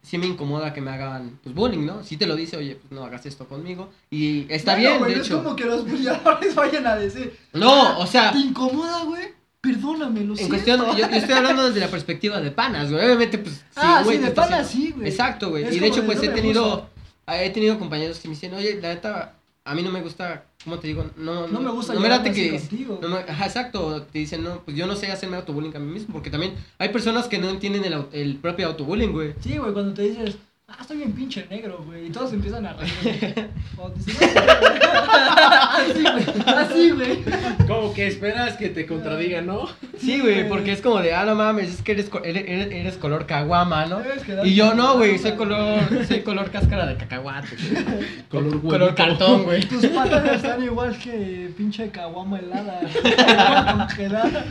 S2: sí me incomoda que me hagan pues, bullying, ¿no? Sí te lo dice, oye, pues no hagas esto conmigo. Y está
S3: Bueno,
S2: bien,
S3: güey,
S2: de
S3: Es
S2: hecho.
S3: como que los bulleadores <laughs> vayan a decir...
S2: No, o sea,
S3: ¿Te incomoda, güey? Perdóname, lo
S2: en
S3: siento.
S2: cuestión, yo, yo estoy hablando desde la perspectiva de panas, güey. Obviamente, pues, sí,
S3: ah,
S2: güey,
S3: sí,
S2: te
S3: de
S2: está
S3: pana
S2: haciendo-
S3: sí, güey.
S2: Exacto, güey.
S3: Es
S2: Y de
S3: como
S2: hecho,
S3: de,
S2: pues
S3: no
S2: he
S3: me
S2: tenido, he tenido compañeros que me dicen, oye, la neta, a mí no me gusta, ¿cómo te digo? No,
S3: No me gusta
S2: No me late
S3: llevarme así
S2: que...
S3: contigo.
S2: no me- ajá, exacto, te dicen, no, pues yo no sé hacerme autobullying a mí mismo, porque también hay personas que no entienden el, au- el propio autobullying, güey.
S3: Sí, güey, cuando te dices, ah, estoy bien pinche negro, güey, y todos empiezan a reír.
S2: <laughs>
S3: güey. O te dicen, "Ah, así, güey, así, güey.
S1: Como que esperas que te contradigan, ¿no?
S2: Sí, güey, porque es como de, ah, no mames, es que eres, co- eres, eres- eres color caguama, ¿no?
S3: Debes quedar
S2: Y yo no, güey,
S3: bien,
S2: soy color, soy color cáscara de cacahuate, güey.
S1: Color
S2: color
S1: huevito.
S2: cartón, güey.
S3: Tus patas están igual que pinche caguama helada, <laughs> güey, caguama congelada.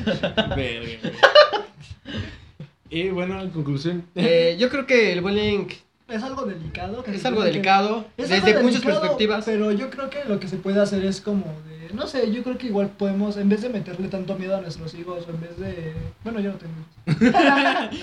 S1: <laughs> Verga, güey. Y bueno, en conclusión.
S2: <laughs>
S1: <laughs>
S2: Eh, yo creo que el bullying
S3: Es algo delicado.
S2: es algo
S3: creo que-
S2: delicado,
S3: es
S2: desde
S3: algo
S2: muchas
S3: delicado,
S2: perspectivas.
S3: Pero yo creo que lo que se puede hacer es como de, no sé, yo creo que igual podemos, en vez de meterle tanto miedo a nuestros hijos, o en vez de, bueno, yo no tengo hijos.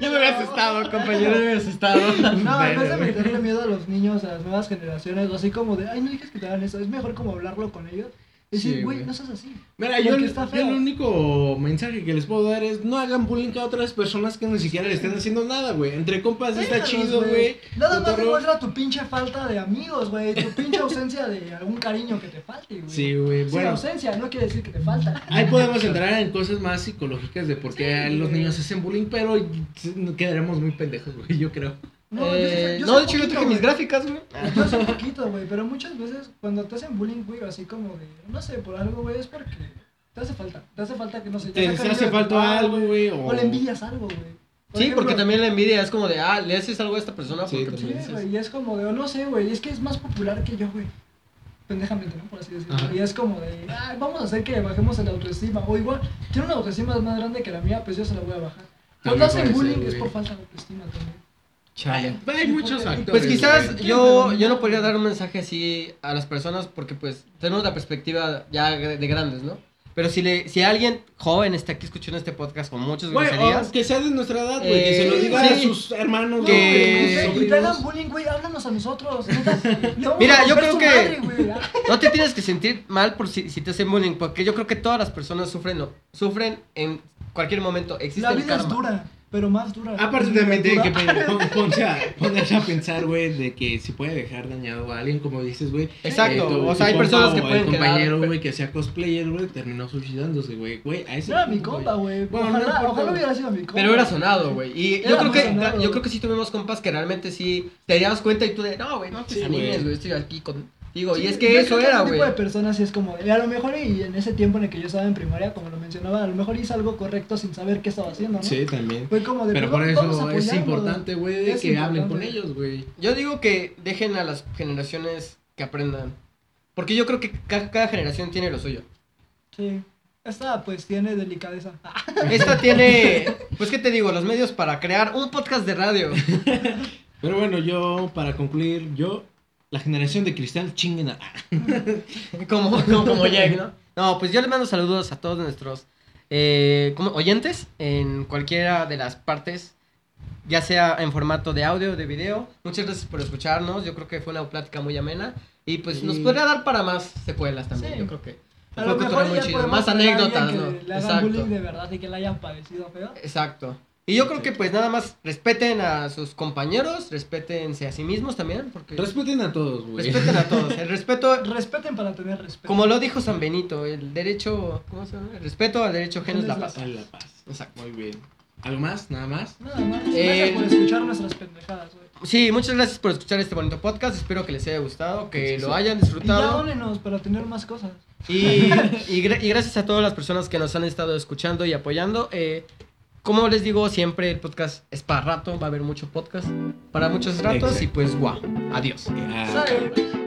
S2: Yo me había asustado, compañero, yo me
S1: <laughs>
S2: había asustado.
S3: No, en
S1: Bueno,
S3: vez de
S1: güey.
S3: meterle miedo a los niños, a las nuevas generaciones, o así como de, ay, no digas que te hagan eso, es mejor como hablarlo con ellos.
S1: Sí,
S3: Decir, güey,
S1: güey.
S3: no seas así.
S1: Mira,
S3: Porque
S1: yo, el-
S3: está
S1: yo
S3: feo.
S1: el único mensaje que les puedo dar es no hagan bullying a otras personas que ni siquiera le estén haciendo nada, güey. Entre compas está
S3: Déjalos,
S1: chido, güey.
S3: Nada más
S1: Cotorreo.
S3: demuestra tu pinche falta de amigos, güey, tu pinche ausencia de algún cariño que te falte, güey.
S1: Sí, güey.
S3: Sí,
S1: Bueno,
S3: ausencia no quiere decir que te falta.
S1: ahí podemos entrar en cosas más psicológicas de por qué
S3: Sí,
S1: los
S3: güey.
S1: niños hacen bullying, pero quedaremos muy pendejos, güey, yo creo.
S3: No, yo
S2: Eh,
S3: sé- yo
S2: no,
S3: sé
S2: de hecho yo
S3: poquito,
S2: traje mis
S3: güey.
S2: gráficas, güey.
S3: Yo sé poquito, güey, pero muchas veces cuando te hacen bullying, güey, así como de, no sé, por algo, güey, es porque te hace falta. Te hace falta que, no sé, ya
S1: Te
S3: sea cariño de
S1: hace
S3: tu
S1: falta
S3: papá,
S1: algo, güey.
S3: O le envidias algo, güey. Por
S2: Sí,
S3: ejemplo,
S2: porque también la envidia es como de, ah, le haces algo a esta persona
S1: Sí,
S2: porque
S1: también.
S2: pues,
S3: Sí,
S2: dices,
S3: güey, y es como de, no sé, güey, es que es más popular que yo, güey. Pendejamente, ¿no? Por así decirlo.
S1: Ajá.
S3: Y es como de, ay, vamos a hacer que bajemos el autoestima. O igual, tiene una autoestima más grande que la mía, pues yo se la voy a bajar. Cuando
S1: También puede
S3: hacen bullying
S1: ser,
S3: es por
S1: güey.
S3: falta de autoestima también.
S2: chale.
S1: Hay muchos factores.
S2: Pues quizás
S1: güey.
S2: yo, yo no podría dar un mensaje así a las personas porque pues tenemos la perspectiva ya gr- de grandes, ¿no? Pero si, le, si alguien joven está aquí escuchando este podcast con muchas
S1: Güey,
S2: groserías,
S1: o que sea de nuestra edad, güey, que se lo
S2: Eh,
S1: diga
S2: sí.
S1: a sus hermanos,
S3: No,
S2: Que-
S3: güey,
S1: güey,
S3: y
S1: a
S3: te-
S1: sus
S3: y te hagan
S1: sobrinos.
S3: bullying, güey, háblanos a nosotros.
S2: <laughs>
S3: neta. Le vamos
S2: Mira,
S3: a
S2: yo
S3: romper
S2: creo
S3: su
S2: que-
S3: madre,
S2: <laughs>
S3: güey, ah.
S2: no te tienes que sentir mal por si, si te hacen bullying, porque yo creo que todas las personas sufren, lo- sufren en cualquier momento. Existe
S3: La
S2: el
S3: vida es
S2: karma.
S3: dura, pero más dura.
S1: Aparte también tiene que
S3: Dura.
S1: pe- pon- ponse a- ponerse a pensar, güey, de que si puede dejar dañado a alguien, como dices, güey.
S2: Exacto,
S1: Eh, tu-
S2: o
S1: tu
S2: sea, hay
S1: compa
S2: personas
S1: o
S2: que
S1: el
S2: pueden quedar-
S1: compañero, güey, que sea cosplayer, güey, terminó suicidándose, güey. Güey, a ese
S3: No era mi
S1: punto,
S3: compa, güey.
S1: Bueno, no
S3: ojalá,
S1: importa,
S3: ojalá
S1: güey.
S3: hubiera sido mi compa.
S2: Pero era sonado, güey. Y yo
S3: Era
S2: creo, que,
S3: muy sonado,
S2: yo
S3: güey.
S2: creo que sí tuvimos compas que realmente sí te dabas cuenta y tú de, no, güey, no te
S1: Sí,
S2: animes,
S1: güey.
S2: güey, estoy aquí contigo. y
S3: Sí,
S2: es
S3: yo
S2: que eso
S3: creo ese
S2: era, güey.
S3: tipo de personas sí es como, y a lo mejor y en ese tiempo en el que yo estaba en primaria, como lo mencionaba, a lo mejor hice algo correcto sin saber qué estaba haciendo, ¿no?
S1: Sí, también.
S3: Fue como de,
S1: Pero
S3: pues,
S1: por
S3: vamos
S1: eso
S3: a
S1: es
S3: apoyarnos.
S1: importante, güey, de
S3: Es
S1: que hablen con
S3: importante.
S1: ellos, güey.
S2: Yo digo que dejen a las generaciones que aprendan. Porque yo creo que ca- cada generación tiene lo suyo.
S3: Sí. Esta pues tiene delicadeza. <laughs> Ah,
S2: Esta tiene, pues qué te digo, los medios para crear un podcast de radio.
S1: Pero bueno, yo, para concluir, yo, la generación de cristal, chinguen a... ah,
S3: <laughs>
S2: Como, como, como Jack, ¿no? <laughs> No, pues yo les mando saludos a todos nuestros eh, ¿cómo? oyentes en cualquiera de las partes, ya sea en formato de audio o de video. Muchas gracias por escucharnos. Yo creo que fue una plática muy amena. Y pues nos
S1: Sí.
S2: podría dar para más secuelas también,
S3: Sí.
S2: yo creo que.
S3: a
S2: Fue
S3: lo
S2: un
S3: mejor
S2: cotorreo muy
S3: ya
S2: chido.
S3: podemos
S2: Más
S3: tener a
S2: anécdotas,
S3: alguien
S2: ¿no?
S3: que Le hagan
S2: Exacto.
S3: bullying de verdad y que le hayan padecido feo.
S2: Exacto. Y yo creo que pues nada más respeten a sus compañeros, respétense a sí mismos también, porque
S1: Respeten a todos, güey.
S2: respeten a todos. El respeto,
S3: Respeten para tener respeto.
S2: como lo dijo San Benito, el derecho, ¿cómo se llama? El respeto al derecho ajeno es la
S1: <laughs>
S2: paz.
S1: A la paz.
S2: Exacto.
S1: Muy bien. ¿Algo más? ¿Nada más?
S3: Nada más.
S2: Eh,
S3: Gracias por escuchar nuestras pendejadas, güey.
S2: Sí, muchas gracias por escuchar este bonito podcast. Espero que les haya gustado, que
S1: Sí, sí.
S2: lo hayan
S3: Y ya
S2: disfrutado.
S3: dónenos para tener más cosas.
S2: Y, y gra- y gracias a todas las personas que nos han estado escuchando y apoyando. Eh, como les digo, siempre el podcast es para rato. Va a haber mucho podcast para muchos ratos. Y pues, guau. Adiós.
S1: Eh, ah,
S3: Sale.
S1: bye.